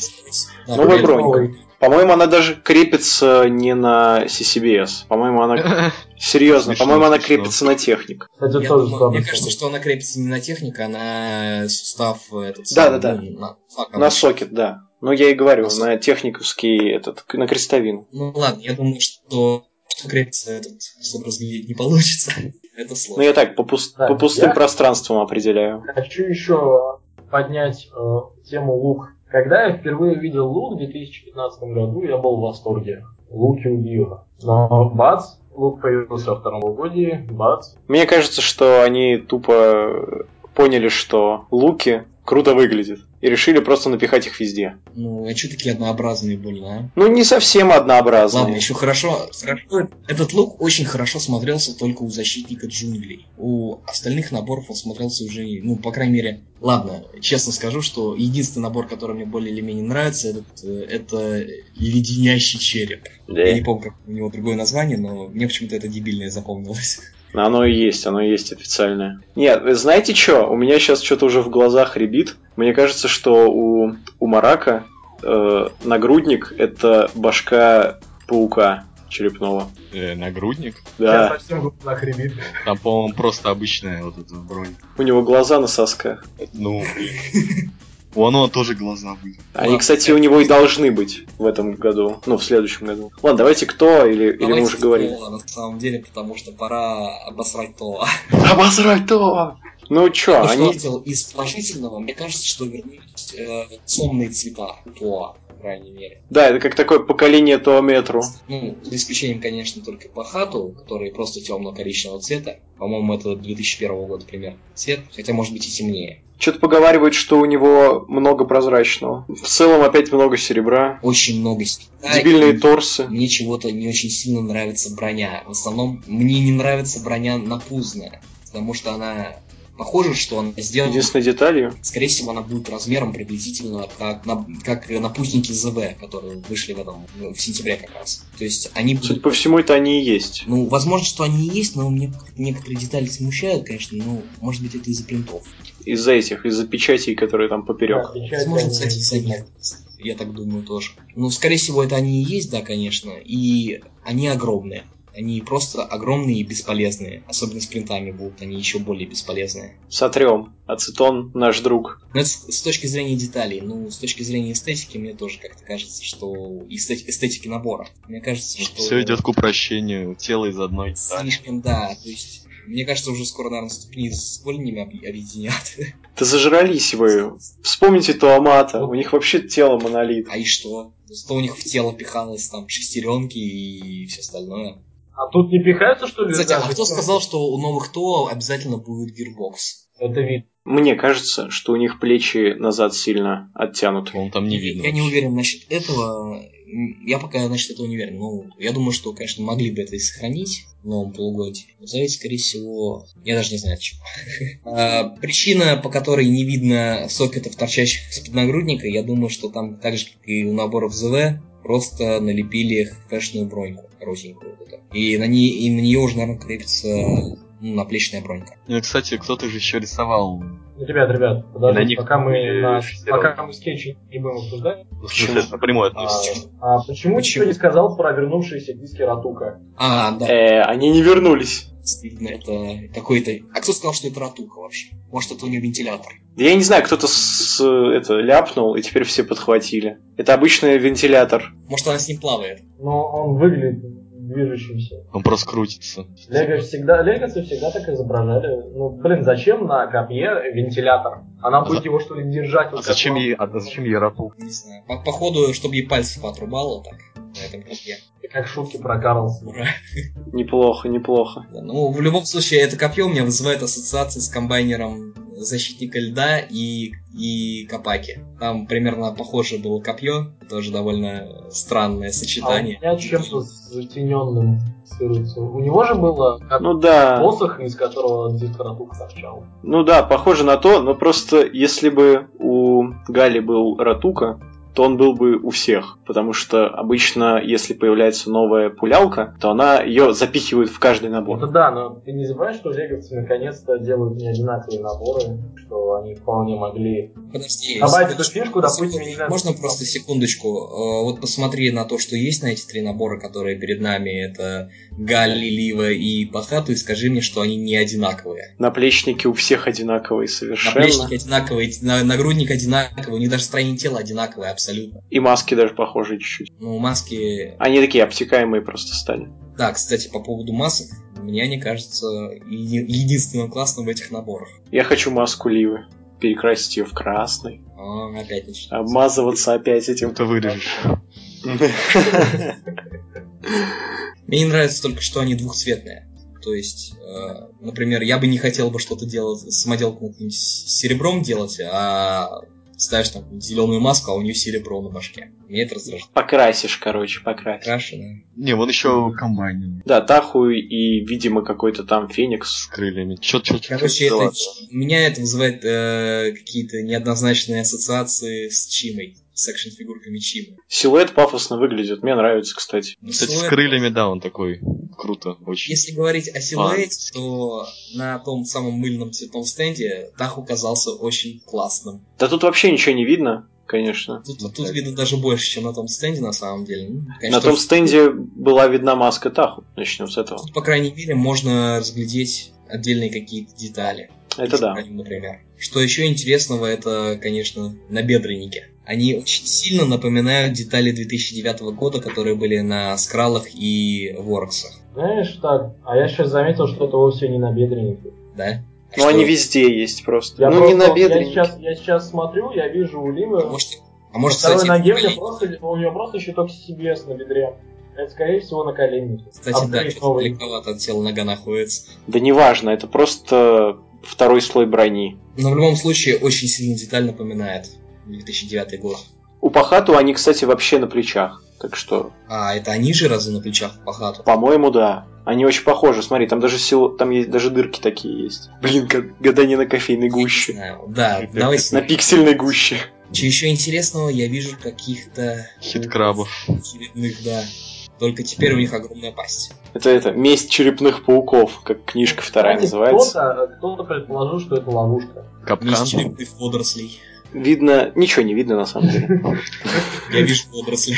[SPEAKER 2] Да,
[SPEAKER 1] Новая
[SPEAKER 2] блин,
[SPEAKER 1] бронька.
[SPEAKER 3] Ой,
[SPEAKER 1] По-моему, она даже крепится не на CCBS. По-моему, она... Серьезно,
[SPEAKER 4] Смешно,
[SPEAKER 1] по-моему, она
[SPEAKER 4] смешно.
[SPEAKER 1] крепится на техник.
[SPEAKER 3] Кстати,
[SPEAKER 2] я
[SPEAKER 3] тоже
[SPEAKER 2] думаю,
[SPEAKER 3] слабо
[SPEAKER 2] мне
[SPEAKER 3] слабо.
[SPEAKER 2] кажется, что она крепится не на технику, а на сустав э, этот
[SPEAKER 1] Да, да,
[SPEAKER 2] самый,
[SPEAKER 1] да.
[SPEAKER 2] ну, на флаг
[SPEAKER 1] На
[SPEAKER 2] обычно.
[SPEAKER 1] сокет, да. Ну, я и говорю,
[SPEAKER 2] На сокет.
[SPEAKER 1] на техниковский этот, к- на крестовину.
[SPEAKER 2] Ну ладно, я думаю, что крепится этот, чтобы разглядеть, не получится. Это
[SPEAKER 1] Ну,
[SPEAKER 2] сложно.
[SPEAKER 1] я так, по, пус-
[SPEAKER 3] Да,
[SPEAKER 1] по пустым
[SPEAKER 3] я-
[SPEAKER 1] пространствам определяю.
[SPEAKER 3] Хочу еще поднять э, тему лук. Когда я впервые увидел лук в 2015 году, я был в восторге. Луки убила. Но бац, лук появился во втором полугодии, бац.
[SPEAKER 1] Мне кажется, что они тупо поняли, что луки круто выглядят. И решили просто напихать их везде.
[SPEAKER 2] Ну, а что такие однообразные были, а?
[SPEAKER 1] Ну, не совсем
[SPEAKER 2] Ладно,
[SPEAKER 1] однообразные.
[SPEAKER 2] еще хорошо, хорошо. Этот лук очень хорошо смотрелся только у защитника джунглей. У остальных наборов он смотрелся уже, ну, по крайней мере, ладно, честно скажу, что единственный набор, который мне более или менее нравится, этот, э, это леденящий череп. Я не помню, как у него другое название, но мне почему-то это дебильное запомнилось.
[SPEAKER 1] Оно и есть, оно и есть официальное. Нет, вы знаете что? У меня сейчас что-то уже в глазах ребит. Мне кажется, что у, у Марака э, нагрудник это башка паука черепного.
[SPEAKER 4] Э, Нагрудник.
[SPEAKER 3] Я
[SPEAKER 1] Да,
[SPEAKER 3] совсем глаза хребит.
[SPEAKER 4] Там, по-моему, просто обычная вот эта бронь.
[SPEAKER 1] у него глаза на сосках.
[SPEAKER 4] Ну, блин. У оно тоже глаза были.
[SPEAKER 1] Они, кстати, у него и должны быть в этом году. Ну, в следующем году. Ладно, давайте кто или, или мы
[SPEAKER 2] Давайте
[SPEAKER 1] уже говорили.
[SPEAKER 2] Тола, на самом деле, потому что пора обосрать то.
[SPEAKER 1] Обосрать то! Ну чё,
[SPEAKER 2] Ну, что я
[SPEAKER 1] А, они...
[SPEAKER 2] хотел из положительного, мне кажется, что вернулись э, темные цвета Тоа, по крайней мере.
[SPEAKER 1] Да, это как такое поколение Тоометру.
[SPEAKER 2] Ну, за исключением, конечно, только Пахату, который просто темно-коричневого цвета. По-моему, это 2001 года примерно цвет, хотя может быть и темнее.
[SPEAKER 1] Что-то поговаривают, что у него много прозрачного. В целом опять много серебра.
[SPEAKER 2] Очень много цвета,
[SPEAKER 1] Дебильные
[SPEAKER 2] и
[SPEAKER 1] торсы.
[SPEAKER 2] Мне чего-то не очень сильно нравится броня. В основном мне не нравится броня напузная, потому что она... Похоже, что она сделана
[SPEAKER 1] Единственной деталью.
[SPEAKER 2] Скорее всего, она будет размером приблизительно как, на, как напутники ЗВ, которые вышли в этом ну, в сентябре как раз. То есть они
[SPEAKER 1] Судя
[SPEAKER 2] будут...
[SPEAKER 1] по всему, это они и есть.
[SPEAKER 2] Ну, возможно, что они и есть, но мне некоторые детали смущают, конечно, но может быть это из-за принтов.
[SPEAKER 1] Из-за этих, из-за печатей, которые там поперек.
[SPEAKER 3] Отвечать
[SPEAKER 2] Возможно,
[SPEAKER 3] они
[SPEAKER 2] кстати,
[SPEAKER 3] не
[SPEAKER 2] из-за них. Я так думаю тоже. Ну, скорее всего, это они и есть, да, конечно, и они огромные. Они просто огромные и бесполезные. Особенно с принтами будут они еще более бесполезные.
[SPEAKER 1] Сотрем. Ацетон наш друг.
[SPEAKER 2] Но это с с точки зрения деталей, ну, с точки зрения эстетики, мне тоже как-то кажется, что эстет- эстетики набора. Мне кажется, что...
[SPEAKER 4] Все идет к упрощению. Тело из одной детали.
[SPEAKER 2] Слишком, да. То есть, мне кажется, уже скоро, наверное, ступни с вольными об- объединят.
[SPEAKER 1] Да зажрались вы. Вспомните Туамата. У них вообще тело монолит.
[SPEAKER 2] А и что? Что у них в тело пихалось, там, шестеренки и все остальное.
[SPEAKER 3] А тут не пихаются, что ли?
[SPEAKER 2] Кстати, а
[SPEAKER 3] даже?
[SPEAKER 2] кто сказал, что у новых ТО обязательно будет гирбокс?
[SPEAKER 3] Это вид.
[SPEAKER 1] Мне кажется, что у них плечи назад сильно оттянуты.
[SPEAKER 4] По-моему, там не видно.
[SPEAKER 2] Я не
[SPEAKER 4] вообще.
[SPEAKER 2] уверен насчет этого. М, Я пока насчет этого не уверен. Ну, я думаю, что, конечно, могли бы это и сохранить в новом полугодии. Но зависит, скорее всего, я даже не знаю, от чего. А, Причина, по которой не видно сокетов, торчащих из-под нагрудника, я думаю, что там так же, как и у наборов ЗВ, просто налепили хэшную броньку розовенькую. вот эту. И на, ней, и на нее уже, наверное, крепится ну, наплечная бронька.
[SPEAKER 4] Ну, кстати, кто-то же еще рисовал.
[SPEAKER 2] Ну,
[SPEAKER 3] Ребят, ребят,
[SPEAKER 4] И на
[SPEAKER 3] подождите,
[SPEAKER 4] них
[SPEAKER 3] пока мы,
[SPEAKER 4] были
[SPEAKER 3] на-
[SPEAKER 4] шестеренки.
[SPEAKER 3] пока мы скетчи не будем обсуждать,
[SPEAKER 4] В смысле, это напрямую
[SPEAKER 3] а,
[SPEAKER 4] относится.
[SPEAKER 3] а почему,
[SPEAKER 2] Почему?
[SPEAKER 3] ничего не сказал про вернувшиеся диски Ратука?
[SPEAKER 2] А, да,
[SPEAKER 1] Э, они не вернулись.
[SPEAKER 2] Действительно, это какой-то... А кто сказал, что это ратука вообще? Может, это у него вентилятор?
[SPEAKER 1] Да Я не знаю, кто-то с, это, ляпнул, и теперь все подхватили. Это обычный вентилятор.
[SPEAKER 2] Может, она с ним плавает?
[SPEAKER 3] Но он выглядит движущимся.
[SPEAKER 4] А, Он просто крутится.
[SPEAKER 3] Лего всегда, легосы всегда так изображали. Ну, блин, зачем на копье вентилятор? Она будет его что ли держать?
[SPEAKER 4] А
[SPEAKER 3] вот
[SPEAKER 4] зачем
[SPEAKER 3] так вот?
[SPEAKER 4] ей, а зачем ей рату?
[SPEAKER 2] Не знаю. По- походу, чтобы ей пальцы поотрубало так. На этом копье.
[SPEAKER 3] Как шутки про А Карлсона.
[SPEAKER 2] Ура.
[SPEAKER 1] Неплохо, неплохо.
[SPEAKER 2] Да, ну, в любом случае, это копье у меня вызывает ассоциации с комбайнером Защитника льда и, и Капаки. Там примерно похоже было копье, тоже довольно странное
[SPEAKER 3] А у
[SPEAKER 2] сочетание.
[SPEAKER 3] меня чем-то затененным сырится. У него же было как
[SPEAKER 1] Ну да.
[SPEAKER 3] посох, из которого дистратук торчал.
[SPEAKER 1] Ну да, похоже на то, но просто если бы у Гали был Ратука, то он был бы у всех. Потому что обычно, если появляется новая пулялка, то она ее запихивают в каждый набор.
[SPEAKER 3] Это да, но ты не забывай, что леговцы наконец-то делают не одинаковые наборы, что они вполне могли.
[SPEAKER 2] Подожди,
[SPEAKER 3] Добавить эту
[SPEAKER 2] секундочку,
[SPEAKER 3] фишку, допустим,
[SPEAKER 2] секунду.
[SPEAKER 3] не знаю,
[SPEAKER 2] Можно
[SPEAKER 3] что-
[SPEAKER 2] просто секундочку? Э, Вот посмотри на то, что есть на эти три набора, которые перед нами. Это Галли, Лива и Пахату, и скажи мне, что они не одинаковые.
[SPEAKER 1] Наплечники у всех одинаковые совершенно.
[SPEAKER 2] Наплечник одинаковый, на- нагрудник одинаковый, у них даже строение тела одинаковое абсолютно.
[SPEAKER 1] И маски даже похожи чуть-чуть.
[SPEAKER 2] Ну, маски
[SPEAKER 1] Они такие обтекаемые просто стали.
[SPEAKER 2] Да, кстати, по поводу масок, мне они кажется еди- единственным классным в этих наборах.
[SPEAKER 1] Я хочу маску Ливы. Перекрасить ее в красный.
[SPEAKER 2] А, опять начинается.
[SPEAKER 1] Обмазываться опять этим.
[SPEAKER 4] Это вырежешь.
[SPEAKER 2] Мне не нравится только, что они двухцветные. То есть, э, например, я бы не хотел бы что-то делать, самоделку каким-нибудь с серебром делать, а ставишь там зеленую маску, а у нее серебро на башке. Мне это раздражает.
[SPEAKER 1] Покрасишь, короче, покрасишь.
[SPEAKER 2] Крашеная.
[SPEAKER 4] Не, вон еще комбайн
[SPEAKER 1] Да, Таху и, видимо, какой-то там Феникс.
[SPEAKER 4] с крыльями. Чё, чё, чё,
[SPEAKER 2] Короче,
[SPEAKER 4] чё,
[SPEAKER 2] это,
[SPEAKER 4] ладно.
[SPEAKER 2] меня это вызывает э, какие-то неоднозначные ассоциации с Чимой, с экшн-фигурками Чимы.
[SPEAKER 1] Силуэт пафосно выглядит, мне нравится, кстати.
[SPEAKER 2] Ну,
[SPEAKER 4] Кстати, с
[SPEAKER 2] силуэт-
[SPEAKER 4] крыльями, да, он такой. Круто, очень.
[SPEAKER 2] Если говорить о силуэте, то на том самом мыльном цветном стенде Таху казался очень классным.
[SPEAKER 1] Да тут вообще ничего не видно, конечно.
[SPEAKER 2] Тут, тут видно даже больше, чем на том стенде, на самом деле. Ну, конечно,
[SPEAKER 1] На том
[SPEAKER 2] тут-
[SPEAKER 1] стенде была видна маска Таху, начнем с этого.
[SPEAKER 2] Тут, по крайней мере, можно разглядеть отдельные какие-то детали.
[SPEAKER 1] Это да.
[SPEAKER 2] По ним, Например. Что еще интересного, это, конечно, набедренники. Они очень сильно напоминают детали 2009 года, которые были на скралах и ворксах.
[SPEAKER 3] Знаешь, так, а я сейчас заметил, что это вовсе не набедренники.
[SPEAKER 2] Да? А
[SPEAKER 1] Но
[SPEAKER 2] Что-
[SPEAKER 1] Ну, они везде есть просто.
[SPEAKER 3] Я
[SPEAKER 1] ну
[SPEAKER 3] просто-
[SPEAKER 1] не на
[SPEAKER 3] Я сейчас, я сейчас смотрю, я вижу у Ливы...
[SPEAKER 2] А Может, а может,
[SPEAKER 3] второй
[SPEAKER 2] кстати,
[SPEAKER 3] ноге у
[SPEAKER 2] были-
[SPEAKER 3] него просто, у него просто щиток CBS на бедре. Это, скорее всего, на колене.
[SPEAKER 2] Кстати, да,
[SPEAKER 3] Апгрейд
[SPEAKER 2] что-то
[SPEAKER 3] новый.
[SPEAKER 2] далековато от тела нога находится.
[SPEAKER 1] Да неважно, это просто второй слой брони.
[SPEAKER 2] Но в любом случае очень сильно деталь напоминает 2009 год.
[SPEAKER 1] У Пахату они, кстати, вообще на плечах. Так что,
[SPEAKER 2] А, это они же разве на плечах по хату?
[SPEAKER 1] по-моему, да. Они очень похожи. Смотри, там даже сил... там есть даже дырки такие есть. Блин, как гадание на кофейной
[SPEAKER 2] Не
[SPEAKER 1] гуще.
[SPEAKER 2] знаю. Да, давайте.
[SPEAKER 1] На пиксельной гуще.
[SPEAKER 2] Че еще интересного, я вижу каких-то...
[SPEAKER 4] Хит-крабов.
[SPEAKER 2] Очередных, да. Только теперь у них огромная пасть.
[SPEAKER 1] Это это месть черепных пауков, как книжка вторая
[SPEAKER 3] Кстати,
[SPEAKER 1] называется.
[SPEAKER 3] Кто-то, кто-то предположил, что это ловушка.
[SPEAKER 2] Не из
[SPEAKER 4] Капкан.
[SPEAKER 2] черепных водорослей.
[SPEAKER 1] Видно, ничего не видно на самом деле.
[SPEAKER 2] Я вижу водоросли.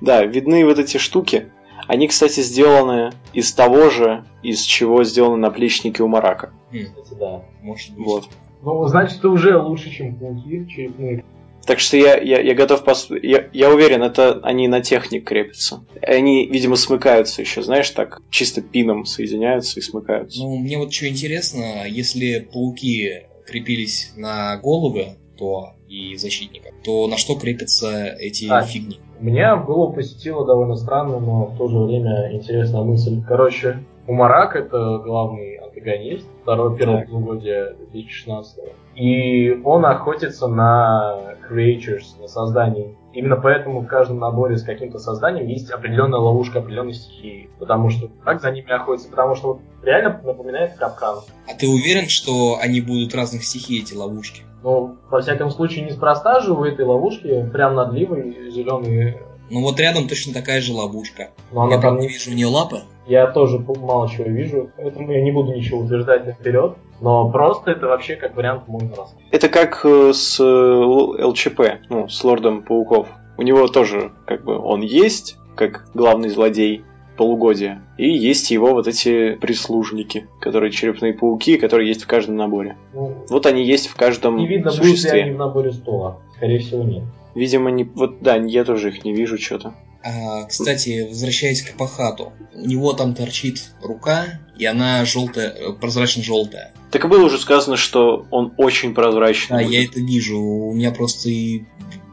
[SPEAKER 1] Да, видны вот эти штуки. Они, кстати, сделаны из того же, из чего сделаны наплечники у Марака.
[SPEAKER 2] М,
[SPEAKER 3] Кстати, да.
[SPEAKER 2] Может быть.
[SPEAKER 1] Вот.
[SPEAKER 3] Ну, значит, уже лучше, чем пауки черепные.
[SPEAKER 1] Так что я, я, я готов пос... я, я уверен, это они на техник крепятся. Они, видимо, смыкаются еще, знаешь, так чисто пином соединяются и смыкаются.
[SPEAKER 2] Ну, мне вот что интересно, если пауки крепились на головы, то и защитников, то на что крепятся эти
[SPEAKER 3] А.
[SPEAKER 2] фигни?
[SPEAKER 3] Меня было посетило довольно странно, но в то же время интересная мысль. Короче, Умарак это главный антагонист второго первого
[SPEAKER 1] Так.
[SPEAKER 3] полугодия 2016 И он охотится на creatures, на созданий. Именно поэтому в каждом наборе с каким-то созданием есть определенная ловушка определенной стихии. Потому что как за ними охотится? Потому что вот реально напоминает капкан.
[SPEAKER 2] А ты уверен, что они будут разных стихий, эти ловушки?
[SPEAKER 3] Но, во всяком случае, неспроста же у этой ловушки прям над ливой зеленые.
[SPEAKER 2] Ну вот рядом точно такая же ловушка.
[SPEAKER 3] Но она
[SPEAKER 2] Я
[SPEAKER 3] там
[SPEAKER 2] там не вижу у нее лапы.
[SPEAKER 3] Я тоже пу- мало чего вижу, поэтому я не буду ничего утверждать наперед. Но просто это вообще как вариант можно рассмотреть.
[SPEAKER 1] Это как э, с э, Л- ЛЧП, ну, с Лордом Пауков. У него тоже, как бы, он есть, как главный злодей полугодия. И есть его вот эти прислужники, которые черепные пауки, которые есть в каждом наборе.
[SPEAKER 3] Ну,
[SPEAKER 1] Вот они есть в каждом
[SPEAKER 3] не видно, будут ли
[SPEAKER 1] существе.
[SPEAKER 3] они в наборе стола. Скорее всего, нет.
[SPEAKER 1] Видимо, не... вот да, я тоже их не вижу что-то.
[SPEAKER 2] А, кстати, возвращаясь к Пахату. У него там торчит рука, и она э, желтая, прозрачно-желтая.
[SPEAKER 1] Так и было уже сказано, что он очень прозрачный.
[SPEAKER 2] Да,
[SPEAKER 1] будет.
[SPEAKER 2] я это вижу. У меня просто и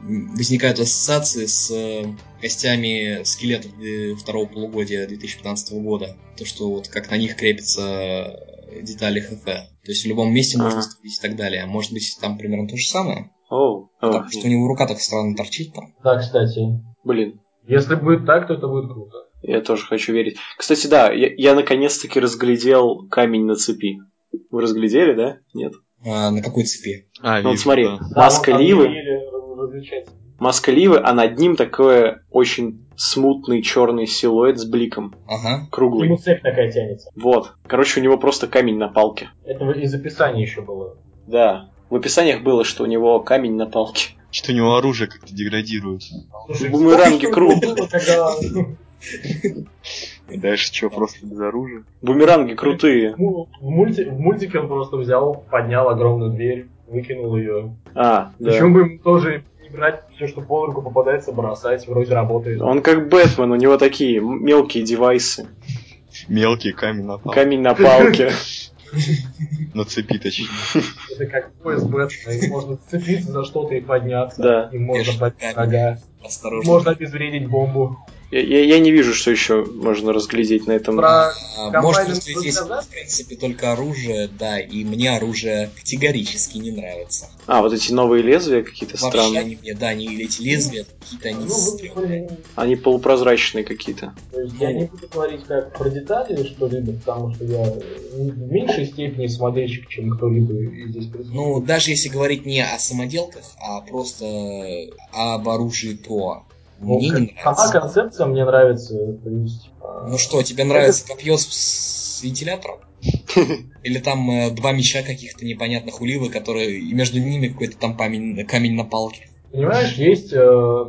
[SPEAKER 2] возникают ассоциации с э, костями скелетов э, второго полугодия 2015 года. То, что вот как на них крепится э, детали ХФ. То есть в любом месте можно
[SPEAKER 1] Ага.
[SPEAKER 2] ступить и так далее. А Может быть, там примерно то же самое.
[SPEAKER 1] Оу. А,
[SPEAKER 2] Потому что у него рука так странно торчит там.
[SPEAKER 3] Да, кстати.
[SPEAKER 1] Блин,
[SPEAKER 3] Если будет так, то это будет круто.
[SPEAKER 1] я тоже хочу верить. Кстати, да, я, я наконец-таки разглядел камень на цепи. Вы разглядели, да? Нет.
[SPEAKER 2] А, на какой цепи?
[SPEAKER 4] А,
[SPEAKER 1] Ну вот
[SPEAKER 4] вижу,
[SPEAKER 1] смотри,
[SPEAKER 4] да.
[SPEAKER 1] маска
[SPEAKER 3] Там, там
[SPEAKER 1] Ливы,
[SPEAKER 3] еле различается.
[SPEAKER 1] маска Ливы, а над ним такое очень смутный черный силуэт с бликом,
[SPEAKER 2] Ага.
[SPEAKER 3] К нему
[SPEAKER 1] круглый.
[SPEAKER 3] цепь такая тянется.
[SPEAKER 1] Вот. Короче, у него просто камень на палке.
[SPEAKER 3] Это из описания еще было.
[SPEAKER 1] Да. В описаниях было, что у него камень на палке.
[SPEAKER 4] Что у него оружие как-то деградирует.
[SPEAKER 3] Слушай,
[SPEAKER 1] Бумеранги
[SPEAKER 3] вспомни,
[SPEAKER 1] круто.
[SPEAKER 3] что было, когда
[SPEAKER 4] И дальше что, просто без оружия?
[SPEAKER 1] Бумеранги крутые.
[SPEAKER 3] ну, в, мульти- в мультике он просто взял, поднял огромную дверь, выкинул ее.
[SPEAKER 1] А, да.
[SPEAKER 3] Почему бы ему тоже не брать все, что под руку попадается, бросать, вроде работает.
[SPEAKER 1] Он как Бэтмен, у него такие м- мелкие девайсы.
[SPEAKER 4] Мелкий камень на палке.
[SPEAKER 1] Камень на палке.
[SPEAKER 4] На цепи, точнее.
[SPEAKER 3] Это как поезд Бэтмена, их можно цепиться за что-то и подняться.
[SPEAKER 1] Да.
[SPEAKER 3] И можно
[SPEAKER 2] Конечно,
[SPEAKER 3] поднять нога.
[SPEAKER 2] Осторожно.
[SPEAKER 3] Можно обезвредить бомбу.
[SPEAKER 1] Я, я- я не вижу, что еще можно разглядеть на этом.
[SPEAKER 3] Про
[SPEAKER 2] А, может
[SPEAKER 3] Комбайн
[SPEAKER 2] просто
[SPEAKER 3] будет
[SPEAKER 2] здесь,
[SPEAKER 3] назад?
[SPEAKER 2] в принципе, только оружие, да, и мне оружие категорически не нравится.
[SPEAKER 1] А, вот эти новые лезвия какие-то
[SPEAKER 2] Вообще
[SPEAKER 1] странные.
[SPEAKER 2] они мне, да, они эти лезвия, какие-то
[SPEAKER 3] Ну,
[SPEAKER 2] они
[SPEAKER 3] вот
[SPEAKER 2] стрёмные.
[SPEAKER 3] прикольно.
[SPEAKER 1] Они полупрозрачные какие-то.
[SPEAKER 3] То есть я не буду говорить как про детали что-либо, потому что я в меньшей степени смотрельщик, чем кто-либо из здесь присутствует.
[SPEAKER 2] Ну, даже если говорить не о самоделках, а просто об оружии ТО, мне
[SPEAKER 3] Ну,
[SPEAKER 2] не
[SPEAKER 3] как- Сама
[SPEAKER 2] нравится.
[SPEAKER 3] концепция мне нравится. То есть, а,
[SPEAKER 2] Ну что, тебе нравится копье с, с вентилятором? Или там э, два меча каких-то непонятных у Ливы, которые и между ними какой-то там камень, камень на палке.
[SPEAKER 3] Понимаешь, есть э,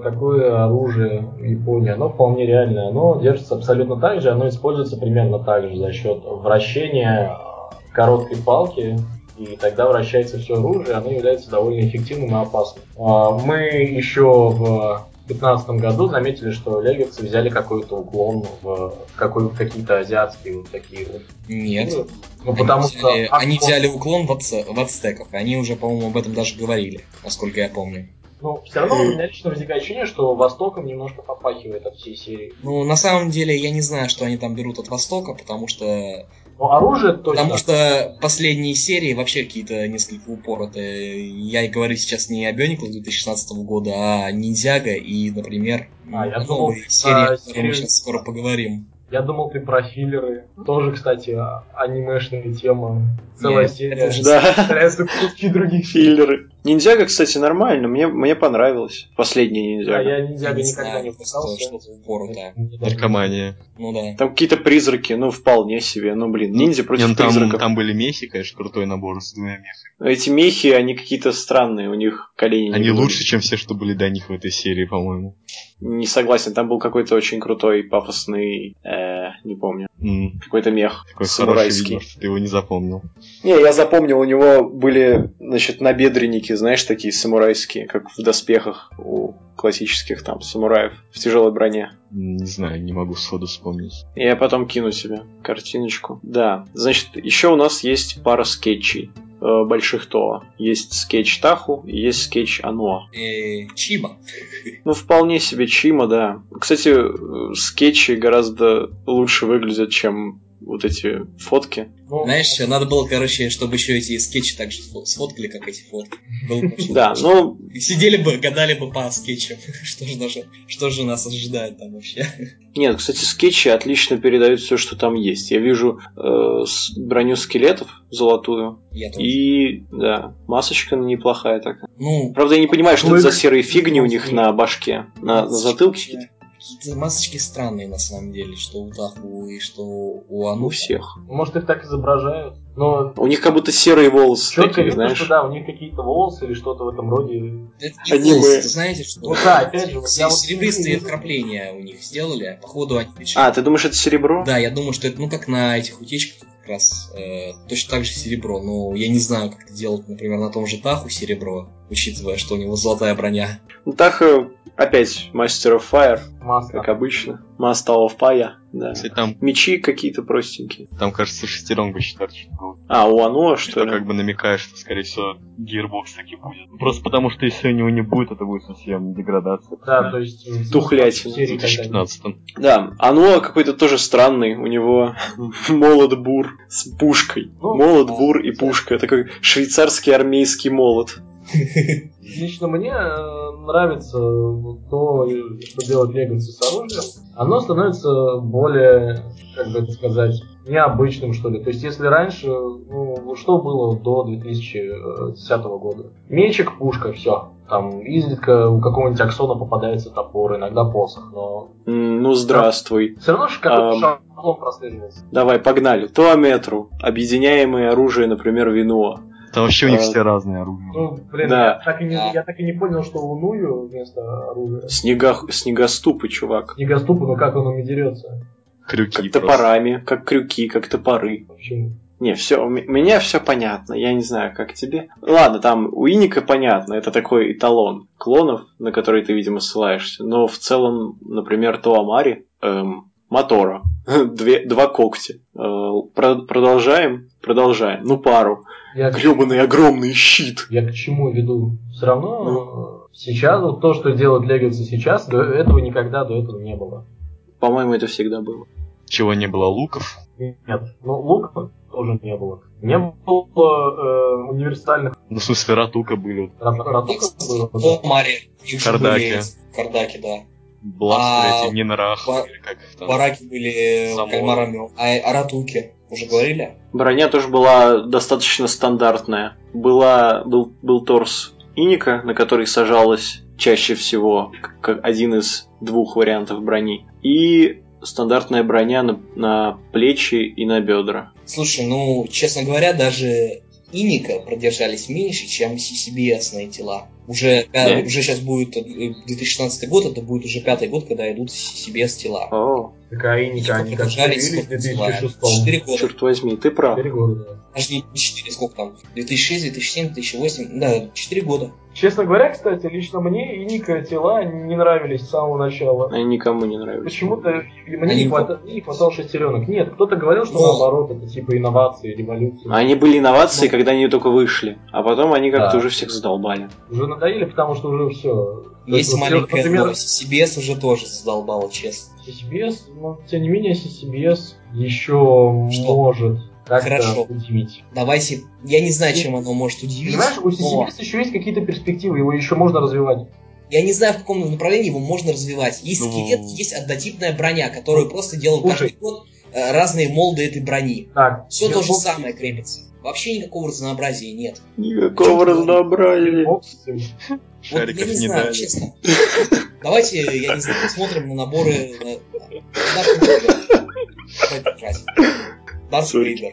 [SPEAKER 3] такое оружие в Японии, оно вполне реальное, оно держится абсолютно так же, оно используется примерно так же за счет вращения э, короткой палки, и тогда вращается все оружие, оно является довольно эффективным и опасным. А, мы еще в 2015 году заметили, что леговцы взяли какой-то уклон в, какой, в какие-то азиатские вот такие вот.
[SPEAKER 2] Нет.
[SPEAKER 3] фигуры. Ну, потому
[SPEAKER 2] они, взяли,
[SPEAKER 3] что...
[SPEAKER 2] они взяли уклон в, ацте- в ацтеков, и они уже, по-моему, об этом даже говорили, насколько я помню.
[SPEAKER 3] Ну, все равно у меня лично возникает ощущение, что Востоком немножко попахивает от всей серии.
[SPEAKER 2] Ну, на самом деле, я не знаю, что они там берут от Востока, потому что...
[SPEAKER 3] Ну, оружие точно.
[SPEAKER 2] Потому что последние серии вообще какие-то несколько упоротые. Я и говорю сейчас не о Бёниклу 2016 года, а о Ниндзяго и, например,
[SPEAKER 3] А, я
[SPEAKER 2] новые
[SPEAKER 3] думал,
[SPEAKER 2] серии,
[SPEAKER 3] про
[SPEAKER 2] о которой мы
[SPEAKER 3] серию-
[SPEAKER 2] сейчас скоро поговорим.
[SPEAKER 3] Я думал, ты про филлеры. Тоже, кстати, а- анимешная тема. Целая
[SPEAKER 2] Нет,
[SPEAKER 3] серия.
[SPEAKER 2] это уже
[SPEAKER 1] Да,
[SPEAKER 3] Представляются куски других фильмов.
[SPEAKER 1] филлеры. Ниндзяго, кстати, нормально. Мне, мне понравилось. Последний
[SPEAKER 3] Да,
[SPEAKER 1] ниндзяго.
[SPEAKER 3] А я
[SPEAKER 2] не
[SPEAKER 3] ниндзяго никогда
[SPEAKER 2] знаю,
[SPEAKER 3] не
[SPEAKER 2] просто
[SPEAKER 3] пытался.
[SPEAKER 2] что-то упоротое.
[SPEAKER 3] Мне даже-
[SPEAKER 4] Наркомания.
[SPEAKER 2] Ну да.
[SPEAKER 1] Там какие-то призраки, ну, вполне себе. Ну, блин, ниндзя против
[SPEAKER 4] Не, ну, там,
[SPEAKER 1] призраков.
[SPEAKER 4] там были мехи, конечно, крутой набор с двумя мехами.
[SPEAKER 1] Эти мехи, они какие-то странные, у них колени не
[SPEAKER 4] Они
[SPEAKER 1] были.
[SPEAKER 4] лучше, чем все, что были до них в этой серии, по-моему.
[SPEAKER 1] Не согласен, там был какой-то очень крутой, пафосный, э, не помню,
[SPEAKER 4] М,
[SPEAKER 1] какой-то мех
[SPEAKER 4] Такой хороший
[SPEAKER 1] самурайский.
[SPEAKER 4] видимо, что ты его не запомнил.
[SPEAKER 1] Не, я запомнил, у него были, значит, набедренники, знаешь, такие самурайские, как в доспехах у классических там самураев в тяжелой броне.
[SPEAKER 4] М, Не знаю, не могу сходу вспомнить.
[SPEAKER 1] Я потом кину себе картиночку. Да, значит, еще у нас есть пара скетчей э, больших Тоа. Есть скетч Таху и есть скетч Ануа.
[SPEAKER 2] Э, Чиба.
[SPEAKER 1] Ну, вполне себе Чима, да. Кстати, э, скетчи гораздо лучше выглядят, чем вот эти фотки.
[SPEAKER 3] Ну,
[SPEAKER 2] Знаешь, надо было, короче, чтобы еще эти скетчи так же сфо- сфоткали, как эти фотки. Было бы очень
[SPEAKER 1] Да,
[SPEAKER 2] хорошо.
[SPEAKER 1] ну,
[SPEAKER 2] Сидели бы, гадали бы по скетчам. Что же, наше- что же нас ожидает там вообще?
[SPEAKER 1] Нет, кстати, скетчи отлично передают все, что там есть. Я вижу э, с- броню скелетов золотую
[SPEAKER 2] Я тоже.
[SPEAKER 1] и да, масочка неплохая такая.
[SPEAKER 2] Ну,
[SPEAKER 1] Правда, я не понимаю, что это за
[SPEAKER 3] Клык.
[SPEAKER 1] серые фигни у них на башке, на, на затылке.
[SPEAKER 2] Какие-то масочки странные на самом деле, что у Таху и что у
[SPEAKER 1] Ну,
[SPEAKER 2] Ану.
[SPEAKER 1] всех.
[SPEAKER 3] может, их так изображают. Но
[SPEAKER 1] У них как будто серые волосы
[SPEAKER 3] четко
[SPEAKER 1] такие,
[SPEAKER 3] видно,
[SPEAKER 1] знаешь.
[SPEAKER 3] что да, у них какие-то волосы или что-то в этом роде.
[SPEAKER 2] Это не
[SPEAKER 1] Аниме.
[SPEAKER 2] волосы, ты знаете, что
[SPEAKER 3] Ну да, опять же, вот я
[SPEAKER 2] Все
[SPEAKER 3] вот-
[SPEAKER 2] серебристые вкрапления у них сделали, походу они решили-
[SPEAKER 1] А, ты думаешь, это серебро?
[SPEAKER 2] Да, я думаю, что это, ну, как на этих утечках как раз, э, точно так же серебро. Но я не знаю, как это делать, например, на том же Таху серебро, учитывая, что у него золотая броня.
[SPEAKER 1] Ну, Таха опять э, Master of Fire.
[SPEAKER 3] Маска.
[SPEAKER 1] как
[SPEAKER 3] А.
[SPEAKER 1] обычно. Маста пая, да.
[SPEAKER 4] Кстати, там,
[SPEAKER 1] Мечи какие-то простенькие.
[SPEAKER 4] там кажется, шестеренка считается, что было.
[SPEAKER 1] А, у Аноа, что
[SPEAKER 4] Что
[SPEAKER 1] ли?
[SPEAKER 4] как бы намекает, что, скорее всего, гирбокс таки будет. Просто потому, что если у него не будет, это будет совсем деградация.
[SPEAKER 3] Да, то есть... м,
[SPEAKER 1] Тухлятина.
[SPEAKER 4] В
[SPEAKER 3] серии когда-нибудь.
[SPEAKER 4] 2015
[SPEAKER 1] Да, Аноа какой-то тоже странный. У него молот бур с пушкой.
[SPEAKER 3] Ну,
[SPEAKER 1] Молот
[SPEAKER 3] да,
[SPEAKER 1] бур и
[SPEAKER 3] да.
[SPEAKER 1] пушка. Это как швейцарский армейский молот.
[SPEAKER 3] Лично мне э, нравится то, э, что делают легосы с оружием. Оно становится более, как бы это сказать, необычным, что ли. То есть, если раньше, ну, что было до 2010 года? Мечик, пушка, все. Там изредка у какого-нибудь аксона попадается топор, иногда посох, но
[SPEAKER 1] М, Ну, здравствуй.
[SPEAKER 3] все равно же какой-то
[SPEAKER 1] Ам.
[SPEAKER 3] шаблон прослеживается.
[SPEAKER 1] Давай, погнали. Туаметру. Объединяемое оружие, например, вино.
[SPEAKER 4] Там вообще у них
[SPEAKER 1] А.
[SPEAKER 4] все разные оружия.
[SPEAKER 3] Ну, блин,
[SPEAKER 1] Да.
[SPEAKER 3] я, так и не, я так и не понял, что у Ную вместо оружия.
[SPEAKER 1] Снега... Снегоступы, чувак.
[SPEAKER 3] Снегоступы, ну как он ими дерется?
[SPEAKER 4] Крюки
[SPEAKER 1] Как
[SPEAKER 4] просто.
[SPEAKER 1] топорами, как крюки, как топоры.
[SPEAKER 3] Почему?
[SPEAKER 1] Не, все, у м- меня все понятно, я не знаю, как тебе. Ладно, там у Иника понятно, это такой эталон клонов, на который ты, видимо, ссылаешься. Но в целом, например, Туамари, эм, Мотора, Две, два когтя. Э, про- продолжаем? Продолжаем. Ну, пару.
[SPEAKER 3] Я
[SPEAKER 1] Гребаный огромный щит.
[SPEAKER 3] Я к чему веду? Все равно э, сейчас, вот то, что делают леггинсы сейчас, до этого никогда до этого не было.
[SPEAKER 1] По-моему, это всегда было.
[SPEAKER 4] Чего не было луков.
[SPEAKER 3] Нет, ну лук тоже не было. Не было э, универсальных
[SPEAKER 4] Ну, в смысле, ратука были. вот,
[SPEAKER 3] рататук.
[SPEAKER 2] О, Мари. и уже
[SPEAKER 4] Кардаки.
[SPEAKER 2] были- Кардаки, да.
[SPEAKER 4] Бластеры
[SPEAKER 2] А,
[SPEAKER 4] эти, Нинарах,
[SPEAKER 2] ба-
[SPEAKER 4] или как их там.
[SPEAKER 2] Бараки были э,
[SPEAKER 4] Самура.
[SPEAKER 2] кальмарами. А а ратуки? Уже говорили?
[SPEAKER 1] Броня тоже была достаточно стандартная. Была, был, был торс иника, на который сажалась чаще всего, к- как один из двух вариантов брони. И стандартная броня на, на плечи и на бедра.
[SPEAKER 2] Слушай, ну, честно говоря, даже Иника продержались меньше, чем CCBS-ные тела. Уже,
[SPEAKER 1] Да.
[SPEAKER 2] э, уже сейчас будет э, 2016 год, это будет уже пятый год, когда идут CCBS тела.
[SPEAKER 1] О,
[SPEAKER 3] Такая а иника, они как
[SPEAKER 2] продержались
[SPEAKER 3] появились в
[SPEAKER 2] сколько называют?
[SPEAKER 3] 2006
[SPEAKER 2] Четыре года.
[SPEAKER 1] черт возьми, ты прав.
[SPEAKER 3] Четыре года, да.
[SPEAKER 2] Даже не 4, сколько там? 2006, 2007, 2008, да, 4 года.
[SPEAKER 3] Честно говоря, кстати, лично мне иника тела не нравились с самого начала.
[SPEAKER 1] Они никому не нравятся.
[SPEAKER 3] Почему-то и мне
[SPEAKER 2] Они
[SPEAKER 3] не, хвата- мне не хватало шестеренок. Нет, кто-то говорил, что
[SPEAKER 2] Ну.
[SPEAKER 3] наоборот, это типа инновации, революции.
[SPEAKER 1] Они были инновации,
[SPEAKER 2] Ну.
[SPEAKER 1] когда они только вышли, а потом они как-то
[SPEAKER 3] Да.
[SPEAKER 1] уже всех задолбали.
[SPEAKER 3] Уже надоели, потому что уже все.
[SPEAKER 2] Есть маленькая
[SPEAKER 3] Например,
[SPEAKER 2] новость. CCBS уже тоже задолбало, честно.
[SPEAKER 3] CCBS, но ну, тем не менее CCBS еще
[SPEAKER 2] Что?
[SPEAKER 3] может как-то
[SPEAKER 2] Хорошо.
[SPEAKER 3] удивить.
[SPEAKER 2] Давайте, я не знаю, чем оно может удивить.
[SPEAKER 3] Понимаешь, у
[SPEAKER 2] но-
[SPEAKER 3] CCBS еще есть какие-то перспективы, его еще можно развивать.
[SPEAKER 2] Я не знаю, в каком направлении его можно развивать. Есть
[SPEAKER 4] Ну,
[SPEAKER 2] скелет, есть однотипная броня, которую просто делают
[SPEAKER 3] слушай.
[SPEAKER 2] каждый год э, разные молды этой брони.
[SPEAKER 3] Так,
[SPEAKER 2] Все то же
[SPEAKER 3] Gearbox-
[SPEAKER 2] самое крепится. Вообще никакого разнообразия нет.
[SPEAKER 1] Никакого разнообразия.
[SPEAKER 3] Gearbox,
[SPEAKER 2] Вот
[SPEAKER 4] Шариков
[SPEAKER 2] я не,
[SPEAKER 4] не
[SPEAKER 2] знаю,
[SPEAKER 4] дали.
[SPEAKER 2] честно. Давайте, я не знаю, посмотрим на наборы... э, Darth Vader. Давайте брать. Darth
[SPEAKER 1] Сори.
[SPEAKER 2] Vader.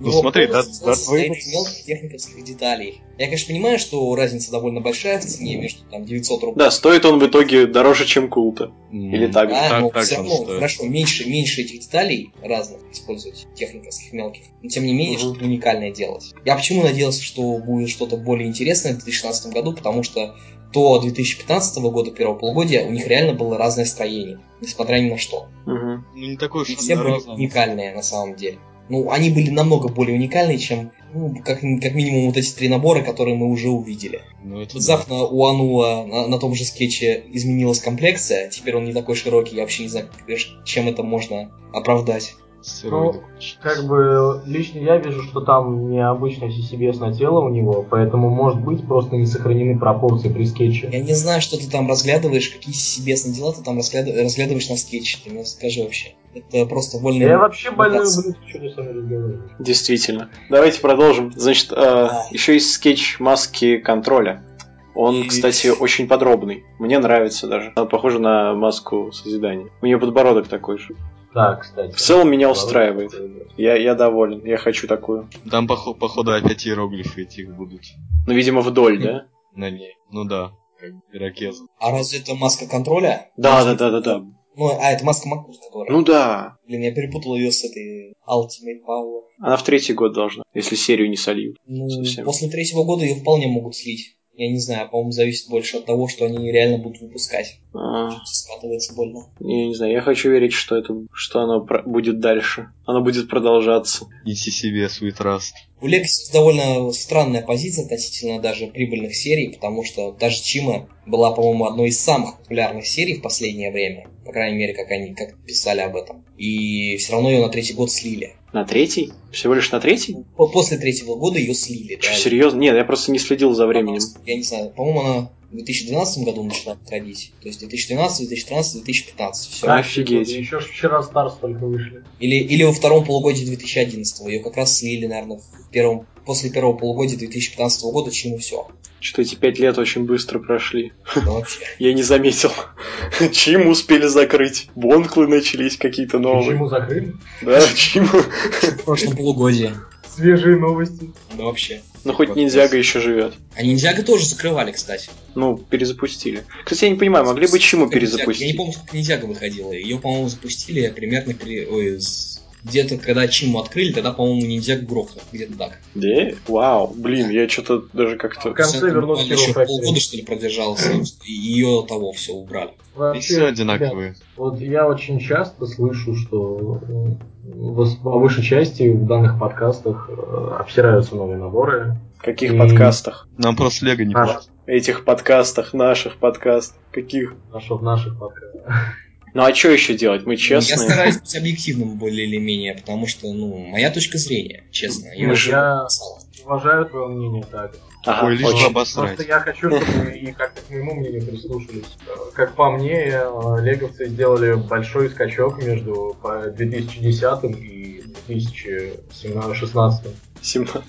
[SPEAKER 4] Ну,
[SPEAKER 2] Его
[SPEAKER 4] смотри,
[SPEAKER 2] полностью
[SPEAKER 4] Darth-
[SPEAKER 2] состоит
[SPEAKER 4] Darth Vader-
[SPEAKER 2] из мелких техниковских деталей. Я, конечно, понимаю, что разница довольно большая в цене между там 900 рублей
[SPEAKER 1] Да, стоит он в итоге дороже, чем Култа.
[SPEAKER 4] М,
[SPEAKER 1] Или так же.
[SPEAKER 2] Да,
[SPEAKER 4] Так,
[SPEAKER 2] но
[SPEAKER 4] так
[SPEAKER 2] все
[SPEAKER 4] там
[SPEAKER 2] равно,
[SPEAKER 4] стоит.
[SPEAKER 2] ну, хорошо, меньше, меньше этих деталей разных использовать, техниковских, мелких. Но тем не менее,
[SPEAKER 1] Мгм.
[SPEAKER 2] что-то уникальное делать. Я почему надеялся, что будет что-то более интересное в 2016 году, потому что до 2015 года, первого полугодия, у них реально было разное строение, несмотря ни на что.
[SPEAKER 1] Мгм.
[SPEAKER 4] Ну, не такой уж
[SPEAKER 2] И все были
[SPEAKER 4] одноразовый.
[SPEAKER 2] уникальные на самом деле. Ну, они были намного более уникальные, чем ну, как, как минимум вот эти три набора, которые мы уже увидели.
[SPEAKER 4] Ну, это да.
[SPEAKER 2] Внезапно у Ануа на, на том же скетче изменилась комплекция, теперь он не такой широкий, я вообще не знаю, как- чем это можно оправдать.
[SPEAKER 4] Стероиды.
[SPEAKER 2] Ну,
[SPEAKER 3] Как бы лично я вижу, что там необычное CCBS на тело у него, поэтому может быть просто не сохранены пропорции при скетче.
[SPEAKER 2] Я не знаю, что ты там разглядываешь, какие себесные дела ты там разгляд- разглядываешь на скетче, ты мне скажи вообще. Это просто вольный...
[SPEAKER 3] Я вообще больной
[SPEAKER 2] Молодцы.
[SPEAKER 3] блюд, что ты со мной разговариваешь.
[SPEAKER 1] Действительно. Давайте продолжим. Значит, э, еще есть скетч маски контроля. Он,
[SPEAKER 2] И-
[SPEAKER 1] кстати, очень подробный. Мне нравится даже. Она похожа на маску созидания. У нее подбородок такой же.
[SPEAKER 3] Да, кстати.
[SPEAKER 1] В целом меня устраивает. Я, я доволен. Я хочу такую.
[SPEAKER 4] Там, похо- походу, опять иероглифы этих будут
[SPEAKER 1] Ну, видимо, вдоль, да?
[SPEAKER 4] на ней. Ну да, как ирокезы.
[SPEAKER 2] А разве это маска контроля?
[SPEAKER 1] Да, да, да, да, да.
[SPEAKER 2] Ну, а, это маска Макус, которая.
[SPEAKER 1] Ну да.
[SPEAKER 2] Блин, я перепутал ее с этой Ultimate Power.
[SPEAKER 1] Она в третий год должна, если серию не сольют.
[SPEAKER 2] Ну,
[SPEAKER 1] Совсем.
[SPEAKER 2] после третьего года ее вполне могут слить. я не знаю, по-моему, зависит больше от того, что они реально будут выпускать.
[SPEAKER 1] А,
[SPEAKER 2] Скатывается больно.
[SPEAKER 1] я не знаю, я хочу верить, что это, что оно про- будет дальше. Оно будет продолжаться.
[SPEAKER 4] Неси себе Sweet Rust.
[SPEAKER 2] У Legacy довольно странная позиция относительно даже прибыльных серий, потому что даже Чима была, по-моему, одной из самых популярных серий в последнее время. По крайней мере, как они как писали об этом. И все равно ее на третий год слили.
[SPEAKER 1] На третий? Всего лишь на третий?
[SPEAKER 2] По- После третьего года ее слили.
[SPEAKER 1] Че,
[SPEAKER 2] да.
[SPEAKER 1] серьезно? Нет, я просто не следил за временем.
[SPEAKER 2] Я не знаю, по-моему, она в 2012 году начала выходить. То есть 2012, 2013, 2015. Все.
[SPEAKER 3] А.
[SPEAKER 1] Офигеть.
[SPEAKER 3] Еще ж вчера Старс только вышли.
[SPEAKER 2] Или, или во втором полугодии 2011. Ее как раз слили, наверное, в первом, после первого полугодия 2015 года, чему все.
[SPEAKER 1] Что эти пять лет очень быстро прошли.
[SPEAKER 2] вообще.
[SPEAKER 1] Я не заметил. Чим успели закрыть? Бонклы начались какие-то новые.
[SPEAKER 3] Почему закрыли?
[SPEAKER 1] Да, Чим.
[SPEAKER 2] В прошлом полугодии.
[SPEAKER 3] Свежие новости.
[SPEAKER 2] Да вообще.
[SPEAKER 1] Ну хоть Ниндзяго еще живет.
[SPEAKER 2] А ниндзяго тоже закрывали, кстати.
[SPEAKER 1] Ну, перезапустили. Кстати, я не понимаю, А, могли бы Чиму перезапустить?
[SPEAKER 2] Я не помню, сколько ниндзяго выходила. Ее, по-моему, запустили примерно при- ой, с- где-то, когда Чиму открыли, тогда, по-моему, ниндзяго грохнул. Где-то так.
[SPEAKER 1] Да? Вау, блин, я что-то даже как-то...
[SPEAKER 3] В конце
[SPEAKER 2] Кстати,
[SPEAKER 3] вернулся
[SPEAKER 2] буквально еще
[SPEAKER 3] Hero Factory.
[SPEAKER 2] полгода, что ли, продержался. и ее того все убрали.
[SPEAKER 4] И все
[SPEAKER 3] ребят,
[SPEAKER 4] одинаковые.
[SPEAKER 3] Вот я очень часто слышу, что э, в- по большей части в данных подкастах э, обсираются новые наборы.
[SPEAKER 1] В каких
[SPEAKER 3] М.
[SPEAKER 1] подкастах?
[SPEAKER 4] Нам просто Лего не
[SPEAKER 3] Наш-
[SPEAKER 1] Этих подкастах, наших подкастах. Каких?
[SPEAKER 3] наш- в наших подкастах.
[SPEAKER 1] Ну а что еще делать? Мы
[SPEAKER 2] Я
[SPEAKER 1] честные.
[SPEAKER 2] стараюсь быть объективным более или менее, потому что, ну, моя точка зрения, честно.
[SPEAKER 1] Мы
[SPEAKER 2] Я
[SPEAKER 1] же-
[SPEAKER 3] Я
[SPEAKER 2] писал.
[SPEAKER 3] уважаю твое мнение так.
[SPEAKER 1] Ага,
[SPEAKER 4] Ой, лишь бы
[SPEAKER 1] очень.
[SPEAKER 4] обосрать.
[SPEAKER 3] Просто я хочу, чтобы и как-то к моему мнению прислушались. Э, Как по мне, э, леговцы сделали большой скачок между по 2010 и 2016.
[SPEAKER 1] 17.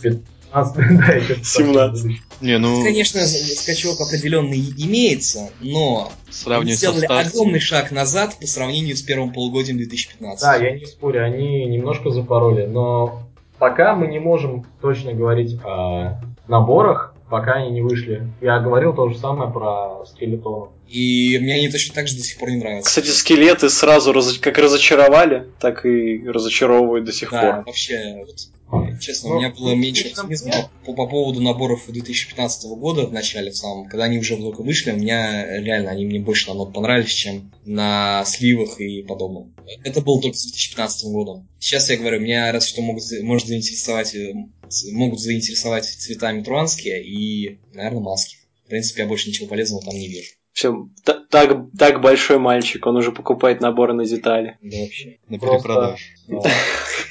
[SPEAKER 3] 15, да, еще
[SPEAKER 1] 17.
[SPEAKER 4] Не, ну,
[SPEAKER 2] Конечно, скачок определенный имеется, но они
[SPEAKER 4] сравнивать со
[SPEAKER 2] сделали
[SPEAKER 4] старцем.
[SPEAKER 2] огромный шаг назад по сравнению с первым полугодием 2015.
[SPEAKER 3] Да, я не спорю, они немножко запороли, но пока мы не можем точно говорить о наборах, пока они не вышли. Я говорил то же самое про скелетонов.
[SPEAKER 2] И мне они точно так же до сих пор не нравятся.
[SPEAKER 1] Кстати, скелеты сразу раз- как разочаровали, так и разочаровывают до сих
[SPEAKER 2] Да,
[SPEAKER 1] пор.
[SPEAKER 2] вообще, вот, честно,
[SPEAKER 3] Ну,
[SPEAKER 2] у меня было меньше
[SPEAKER 3] лично
[SPEAKER 2] оптимизма по, по поводу наборов 2015 года в начале, в самом, когда они уже только вышли, у меня э, реально они мне больше намного понравились, чем на сливах и подобном. Это было только с 2015 годом. Сейчас я говорю, меня раз что могут, за- может заинтересовать, э, ц- могут заинтересовать цветами труанские и, наверное, маски. В принципе, я больше ничего полезного там не вижу.
[SPEAKER 1] Все, так, так большой мальчик, он уже покупает наборы на детали.
[SPEAKER 2] Да вообще.
[SPEAKER 4] На
[SPEAKER 3] Просто-
[SPEAKER 4] перепродаж.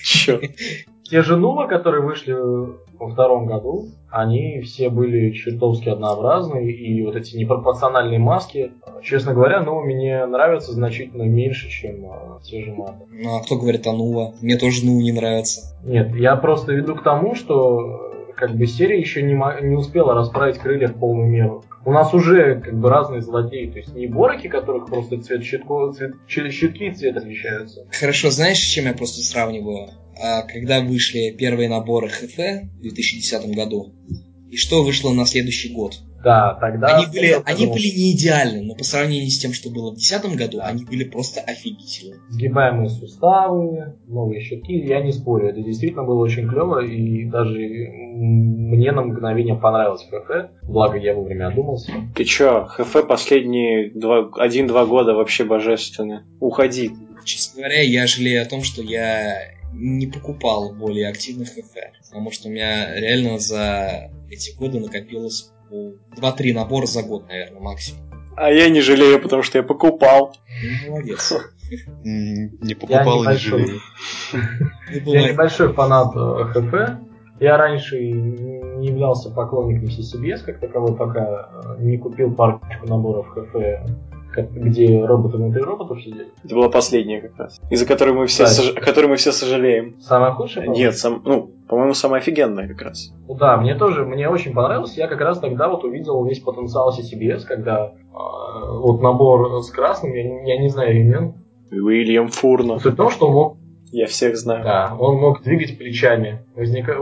[SPEAKER 1] Чё?
[SPEAKER 3] Те же Нума, которые вышли во втором году, они все были чертовски однообразные, и вот эти непропорциональные маски, э, честно говоря, ну, мне нравятся значительно меньше, чем э, те же маты.
[SPEAKER 2] Ну, а кто говорит о Нува? Мне тоже Нува не нравится.
[SPEAKER 3] Нет, я просто веду к тому, что э, как бы серия еще не, мо- не успела расправить крылья в полную меру. У нас уже как бы разные злодеи, то есть не бороки, которых просто цвет щитко, цвет, через щитки и цвет отличаются.
[SPEAKER 2] Хорошо, знаешь, с чем я просто сравниваю? А, когда вышли первые наборы ХФ в 2010 году, и что вышло на следующий год?
[SPEAKER 3] Да, тогда... ну,
[SPEAKER 2] они были,
[SPEAKER 3] тогда
[SPEAKER 2] они
[SPEAKER 3] было
[SPEAKER 2] были не идеальны, но по сравнению с тем, что было в 2010 году,
[SPEAKER 3] Да.
[SPEAKER 2] они были просто офигительны.
[SPEAKER 3] Сгибаемые суставы, новые щитки, я не спорю, это действительно было очень клево, и даже м, мне на мгновение понравилось ХХ, благо я вовремя одумался.
[SPEAKER 1] Ты чё, ХФ последние два, один-два года вообще божественно. Уходи.
[SPEAKER 2] Честно говоря, я жалею о том, что я не покупал более активных ХФ, потому что у меня реально за эти годы накопилось ну, 2-3 набора за год, наверное, максимум.
[SPEAKER 1] А я не жалею, потому что я покупал.
[SPEAKER 2] Ну, молодец.
[SPEAKER 4] М, Не
[SPEAKER 3] Я
[SPEAKER 4] покупал и не
[SPEAKER 3] небольшой-
[SPEAKER 4] жалею.
[SPEAKER 2] Ну,
[SPEAKER 3] Я
[SPEAKER 2] бывает.
[SPEAKER 3] небольшой фанат э, ХФ. Я раньше и не являлся поклонником CCBS как таковой, пока э, не купил парочку наборов ХФ, как- где роботы внутри роботов сидели.
[SPEAKER 1] Это была последняя как раз. Из-за которой мы все,
[SPEAKER 3] Да.
[SPEAKER 1] сож- о которой мы все сожалеем.
[SPEAKER 3] Самое худшее? по-моему?
[SPEAKER 1] Нет, сам, ну, по-моему, самая офигенная как раз.
[SPEAKER 3] Ну Да, мне тоже, мне очень понравилось. Я как раз тогда вот увидел весь потенциал CCBS, когда э, вот набор с красным, я, не- я не знаю имен.
[SPEAKER 1] Уильям Фурно.
[SPEAKER 3] Суть в том, что он мог,
[SPEAKER 1] Я всех знаю.
[SPEAKER 3] да, он мог двигать плечами. Возника-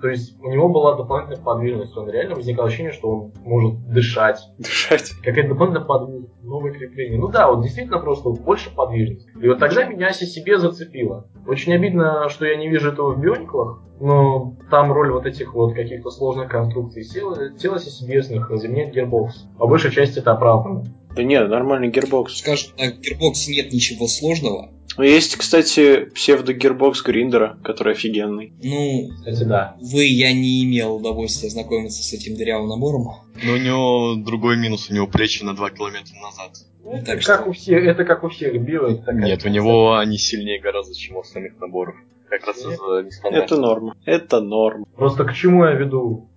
[SPEAKER 3] То есть у него была дополнительная подвижность, он реально возникало ощущение, что он может дышать.
[SPEAKER 1] Дышать.
[SPEAKER 3] Какая-то дополнительная подвижность, новое крепление. Ну да, вот действительно просто вот больше подвижности. И вот тогда меня Ася себе зацепила. Очень обидно, что я не вижу этого в биониклах, но там роль вот этих вот каких-то сложных конструкций тела, тела CCBS-ных заменяет гербокс. По большей части это оправдано.
[SPEAKER 1] Да нет, нормальный гербокс.
[SPEAKER 2] Скажем так, в гирбоксе нет ничего сложного.
[SPEAKER 1] Но Ну, есть, кстати, псевдо-гербокс Гриндера, который офигенный.
[SPEAKER 2] Ну,
[SPEAKER 3] Кстати, да.
[SPEAKER 2] вы, я не имел удовольствия ознакомиться с этим дырявым набором.
[SPEAKER 4] Но у него другой минус, у него плечи на 2 километра назад.
[SPEAKER 3] Ну, Это
[SPEAKER 2] Так
[SPEAKER 3] как
[SPEAKER 2] что-
[SPEAKER 3] у всех, это как у всех био. это такая
[SPEAKER 4] Нет, у него они сильнее гораздо, чем у остальных наборов. Как раз из-за
[SPEAKER 1] Это
[SPEAKER 4] нестандартов.
[SPEAKER 1] норма. Это норма.
[SPEAKER 3] Просто к чему я веду?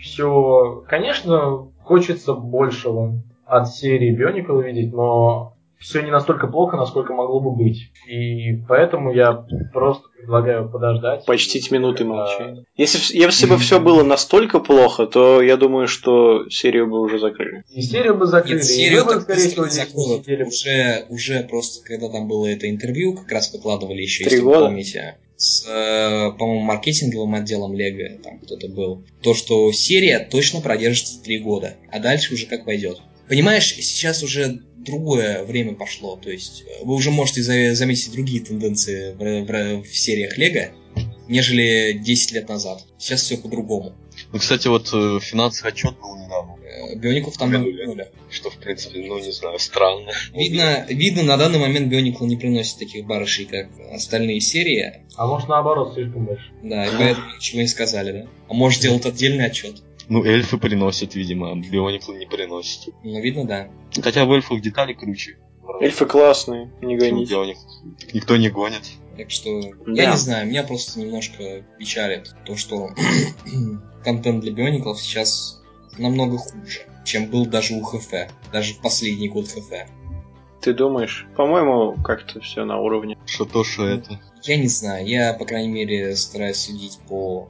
[SPEAKER 3] Все, конечно, хочется большего от серии Бионикл увидеть, но все не настолько плохо, насколько могло бы быть. И поэтому я просто предлагаю подождать. А,
[SPEAKER 1] Почтить минуты
[SPEAKER 3] Когда-
[SPEAKER 1] молчания. Если, вс- если бы все было настолько плохо, то я думаю, что серию бы уже закрыли.
[SPEAKER 3] И серию бы закрыли,
[SPEAKER 2] Нет, серию
[SPEAKER 3] и вы бы,
[SPEAKER 2] так
[SPEAKER 3] скорее всего,
[SPEAKER 2] быстро
[SPEAKER 3] здесь не
[SPEAKER 2] закроют.
[SPEAKER 3] сидели бы.
[SPEAKER 2] Уже, уже просто, когда там было это интервью, как раз выкладывали еще,
[SPEAKER 1] Три
[SPEAKER 2] если вы
[SPEAKER 1] года.
[SPEAKER 2] помните, с, э, по-моему, маркетинговым отделом Лего, там кто-то был, то, что серия точно продержится три года, а дальше уже как пойдет. Понимаешь, сейчас уже другое время пошло, то есть э, вы уже можете за- заметить другие тенденции в, ре- в ре- в сериях Лего, нежели 10 лет назад. Сейчас все по-другому.
[SPEAKER 4] Ну, кстати, вот э, финансовый отчет был недавно,
[SPEAKER 2] Э, Биоников там
[SPEAKER 4] Вернули.
[SPEAKER 2] вернули.
[SPEAKER 4] что, в принципе, ну, не знаю, странно.
[SPEAKER 2] Видно, видно, на данный момент Бионикл не приносит таких барышей, как остальные серии.
[SPEAKER 3] А может, наоборот, слишком больше.
[SPEAKER 2] Да, и поэтому ничего не сказали, да? А может, делают отдельный отчет.
[SPEAKER 4] Ну, эльфы приносят, видимо, а биониклы не приносят.
[SPEAKER 2] Ну, видно, да.
[SPEAKER 4] Хотя в эльфах детали круче.
[SPEAKER 1] Эльфы классные, не
[SPEAKER 4] Ну,
[SPEAKER 1] гоните.
[SPEAKER 4] биониклы так никто не гонит.
[SPEAKER 2] Так что,
[SPEAKER 1] Да.
[SPEAKER 2] я не знаю, меня просто немножко печалит то, что контент для Биониклов сейчас намного хуже, чем был даже у ХФ, даже в последний год ХФ.
[SPEAKER 1] Ты думаешь? По-моему, как-то все на уровне.
[SPEAKER 4] Что то, что это.
[SPEAKER 2] Я не знаю, я, по крайней мере, стараюсь судить по...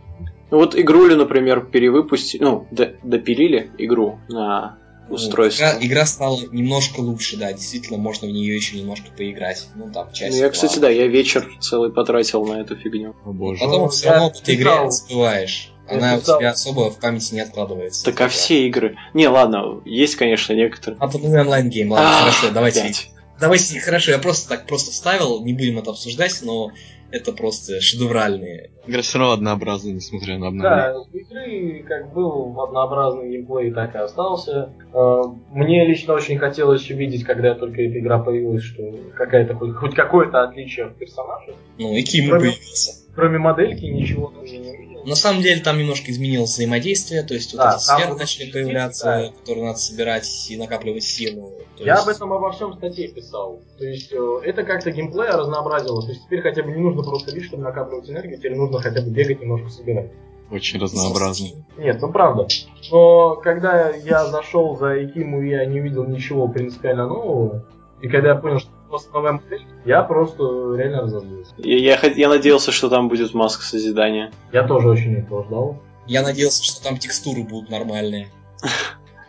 [SPEAKER 1] Ну вот игрулю, например, перевыпустили, ну, д- допилили игру на устройство.
[SPEAKER 2] Игра, игра стала немножко лучше, да, действительно, можно в нее еще немножко поиграть. Ну, там,
[SPEAKER 1] Ну,
[SPEAKER 2] часть.
[SPEAKER 1] я, кстати,
[SPEAKER 2] была.
[SPEAKER 1] да, я вечер целый потратил на эту фигню.
[SPEAKER 4] О боже.
[SPEAKER 2] Потом
[SPEAKER 3] Ну,
[SPEAKER 2] все равно
[SPEAKER 3] я
[SPEAKER 2] ты игре
[SPEAKER 3] писал.
[SPEAKER 2] забываешь.
[SPEAKER 3] Я
[SPEAKER 2] Она у
[SPEAKER 3] писал.
[SPEAKER 2] тебя особо в памяти не откладывается.
[SPEAKER 1] Так а все игры... Не, ладно, есть, конечно, некоторые.
[SPEAKER 2] А тут онлайн-гейм, ладно,
[SPEAKER 1] Ах,
[SPEAKER 2] хорошо, давайте.
[SPEAKER 1] опять.
[SPEAKER 2] Давайте, хорошо, я просто так просто вставил, не будем это обсуждать, но это просто шедевральные.
[SPEAKER 4] Игра все равно однообразная, несмотря на обновление.
[SPEAKER 3] Да, у игры как был однообразный геймплей, так и остался. Э, Мне лично очень хотелось увидеть, когда только эта игра появилась, что какая-то хоть, хоть какое-то отличие от персонажа.
[SPEAKER 2] Ну, и Ким
[SPEAKER 3] Кроме-
[SPEAKER 2] появился.
[SPEAKER 3] Кроме модельки ничего там я не увидел.
[SPEAKER 2] На самом деле там немножко изменилось взаимодействие, то есть вот
[SPEAKER 3] Да,
[SPEAKER 2] эти
[SPEAKER 3] там
[SPEAKER 2] сферы
[SPEAKER 3] вот
[SPEAKER 2] начали
[SPEAKER 3] эти
[SPEAKER 2] появляться,
[SPEAKER 3] да.
[SPEAKER 2] которые надо собирать и накапливать силу. То
[SPEAKER 3] Я
[SPEAKER 2] есть-
[SPEAKER 3] об этом обо всем в статье писал. То есть э, это как-то геймплей разнообразило. То есть теперь хотя бы не нужно просто лишь, чтобы накапливать энергию, теперь нужно хотя бы бегать немножко собирать.
[SPEAKER 4] Очень разнообразно.
[SPEAKER 3] Нет, ну правда. Но когда я зашел за Экиму, я не видел ничего принципиально нового. И когда я понял, что это просто новая модель, я просто э, реально разозлился.
[SPEAKER 1] Я, я хот- я надеялся, что там будет маска созидания.
[SPEAKER 3] Я тоже очень этого ждал.
[SPEAKER 2] Я надеялся, что там текстуры будут нормальные.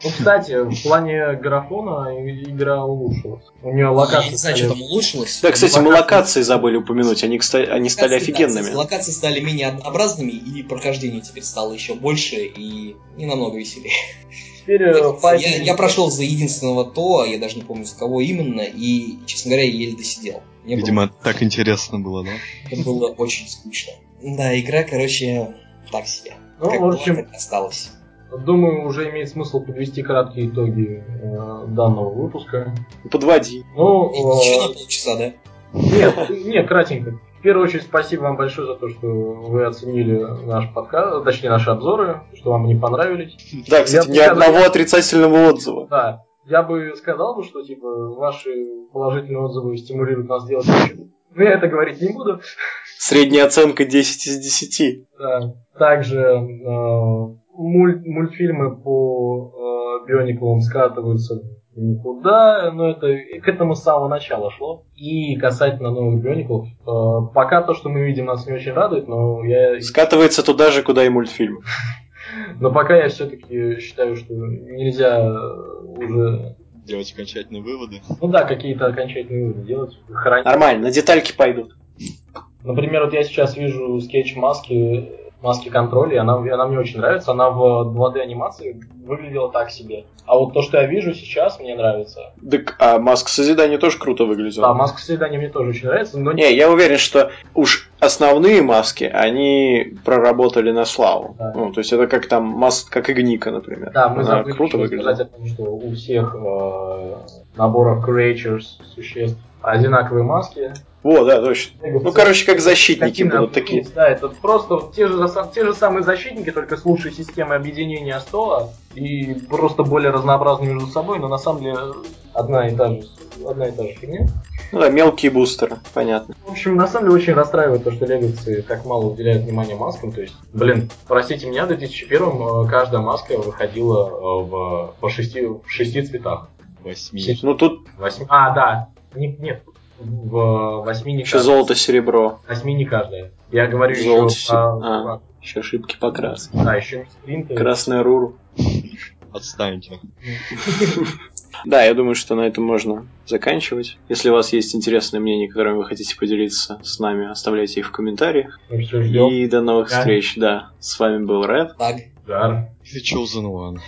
[SPEAKER 3] Ну, кстати, в плане графона и- игра улучшилась. У нее
[SPEAKER 2] я
[SPEAKER 3] А локации
[SPEAKER 2] не знаю,
[SPEAKER 3] стали-
[SPEAKER 2] что там улучшилось.
[SPEAKER 1] Да, кстати,
[SPEAKER 3] Ну,
[SPEAKER 1] мы
[SPEAKER 3] локации-
[SPEAKER 1] локации забыли упомянуть, они, кстати, они стали
[SPEAKER 2] Локации, да,
[SPEAKER 1] офигенными.
[SPEAKER 2] кстати, локации стали менее однообразными, и прохождение теперь стало еще больше и не намного веселее.
[SPEAKER 3] Теперь э,
[SPEAKER 2] Я,
[SPEAKER 3] файтинг-
[SPEAKER 2] я прошел за единственного то, а я даже не помню, за кого именно, и, честно говоря, я еле досидел. Мне было-
[SPEAKER 4] Видимо, так интересно было, да?
[SPEAKER 2] это было очень скучно. Да, игра, короче, так себе.
[SPEAKER 3] Ну,
[SPEAKER 2] Как
[SPEAKER 3] в
[SPEAKER 2] была,
[SPEAKER 3] общем,
[SPEAKER 2] так и осталась.
[SPEAKER 3] Думаю, уже имеет смысл подвести краткие итоги э, данного выпуска.
[SPEAKER 1] Подводи.
[SPEAKER 3] Ну,
[SPEAKER 2] И Еще на
[SPEAKER 3] э,
[SPEAKER 2] полчаса, да?
[SPEAKER 3] нет, нет, кратенько. В первую очередь, спасибо вам большое за то, что вы оценили наш подкаст, точнее, наши обзоры, что вам не понравились.
[SPEAKER 1] Да, кстати,
[SPEAKER 3] Я-
[SPEAKER 1] ни
[SPEAKER 3] я-
[SPEAKER 1] одного отрицательного отзыва.
[SPEAKER 3] Да, я бы сказал, бы, что, типа, ваши положительные отзывы стимулируют нас делать еще. Но я это говорить не буду.
[SPEAKER 1] Средняя оценка 10 из 10.
[SPEAKER 3] Да. Также э, муль- мультфильмы по э, Биониклам скатываются в никуда, но это и к этому с самого начала шло. И касательно новых Биониклов, э, пока то, что мы видим, нас не очень радует, но я,
[SPEAKER 1] Скатывается туда же, куда и мультфильм.
[SPEAKER 3] но пока я все-таки считаю, что нельзя э, уже,
[SPEAKER 4] Делать окончательные выводы.
[SPEAKER 3] ну да, какие-то окончательные выводы делать, хранить.
[SPEAKER 1] Нормально, на детальки пойдут.
[SPEAKER 3] Например, вот я сейчас вижу скетч маски маски контроля, и она, она мне очень нравится. Она в 2D анимации выглядела так себе. А вот то, что я вижу сейчас, мне нравится.
[SPEAKER 1] Так, а маска созидания тоже круто выглядела.
[SPEAKER 3] Да, маска созидания мне тоже очень нравится, но
[SPEAKER 1] Не, я уверен, что уж основные маски, они проработали на славу.
[SPEAKER 3] Да.
[SPEAKER 1] Ну, то есть это как там маска, как Игника, например.
[SPEAKER 3] Да, мы
[SPEAKER 1] Она
[SPEAKER 3] забыли
[SPEAKER 1] круто
[SPEAKER 3] еще сказать
[SPEAKER 1] выглядела.
[SPEAKER 3] о том, что у всех э, наборов creatures, существ, одинаковые маски.
[SPEAKER 1] Во, да, точно. Ну, короче, как защитники
[SPEAKER 3] Картины
[SPEAKER 1] будут такие.
[SPEAKER 3] объединились, Да, это просто вот те же, за- те же самые защитники, только с лучшей системой объединения стола и просто более разнообразны между собой, но на самом деле одна и та же, одна и та же фигня.
[SPEAKER 1] Ну да, мелкие бустеры, понятно.
[SPEAKER 3] В общем, на самом деле очень расстраивает то, что леговцы так мало уделяют внимания маскам. То есть, блин, простите меня, в 2001 э, каждая маска выходила э, в, по шести, в шести цветах.
[SPEAKER 4] Восьми.
[SPEAKER 1] Ну тут
[SPEAKER 3] Восьми... А, да. Не- нет, в восьми не
[SPEAKER 1] еще
[SPEAKER 3] каждая.
[SPEAKER 1] золото, серебро,
[SPEAKER 3] Восьми не каждая. Я говорю
[SPEAKER 1] Золото,
[SPEAKER 3] еще... про-
[SPEAKER 1] а. еще ошибки по краске.
[SPEAKER 3] Да, еще не скринты.
[SPEAKER 1] Красная рура.
[SPEAKER 4] Отстаньте.
[SPEAKER 1] Да, я думаю, что на этом можно заканчивать. Если у вас есть интересные мнения, которыми вы хотите поделиться с нами, оставляйте их в комментариях.
[SPEAKER 3] Мы все ждем.
[SPEAKER 1] И до новых
[SPEAKER 3] Да.
[SPEAKER 1] встреч. Да, с вами был Рэд.
[SPEAKER 2] Так,
[SPEAKER 3] Жар.
[SPEAKER 4] The Chosen One.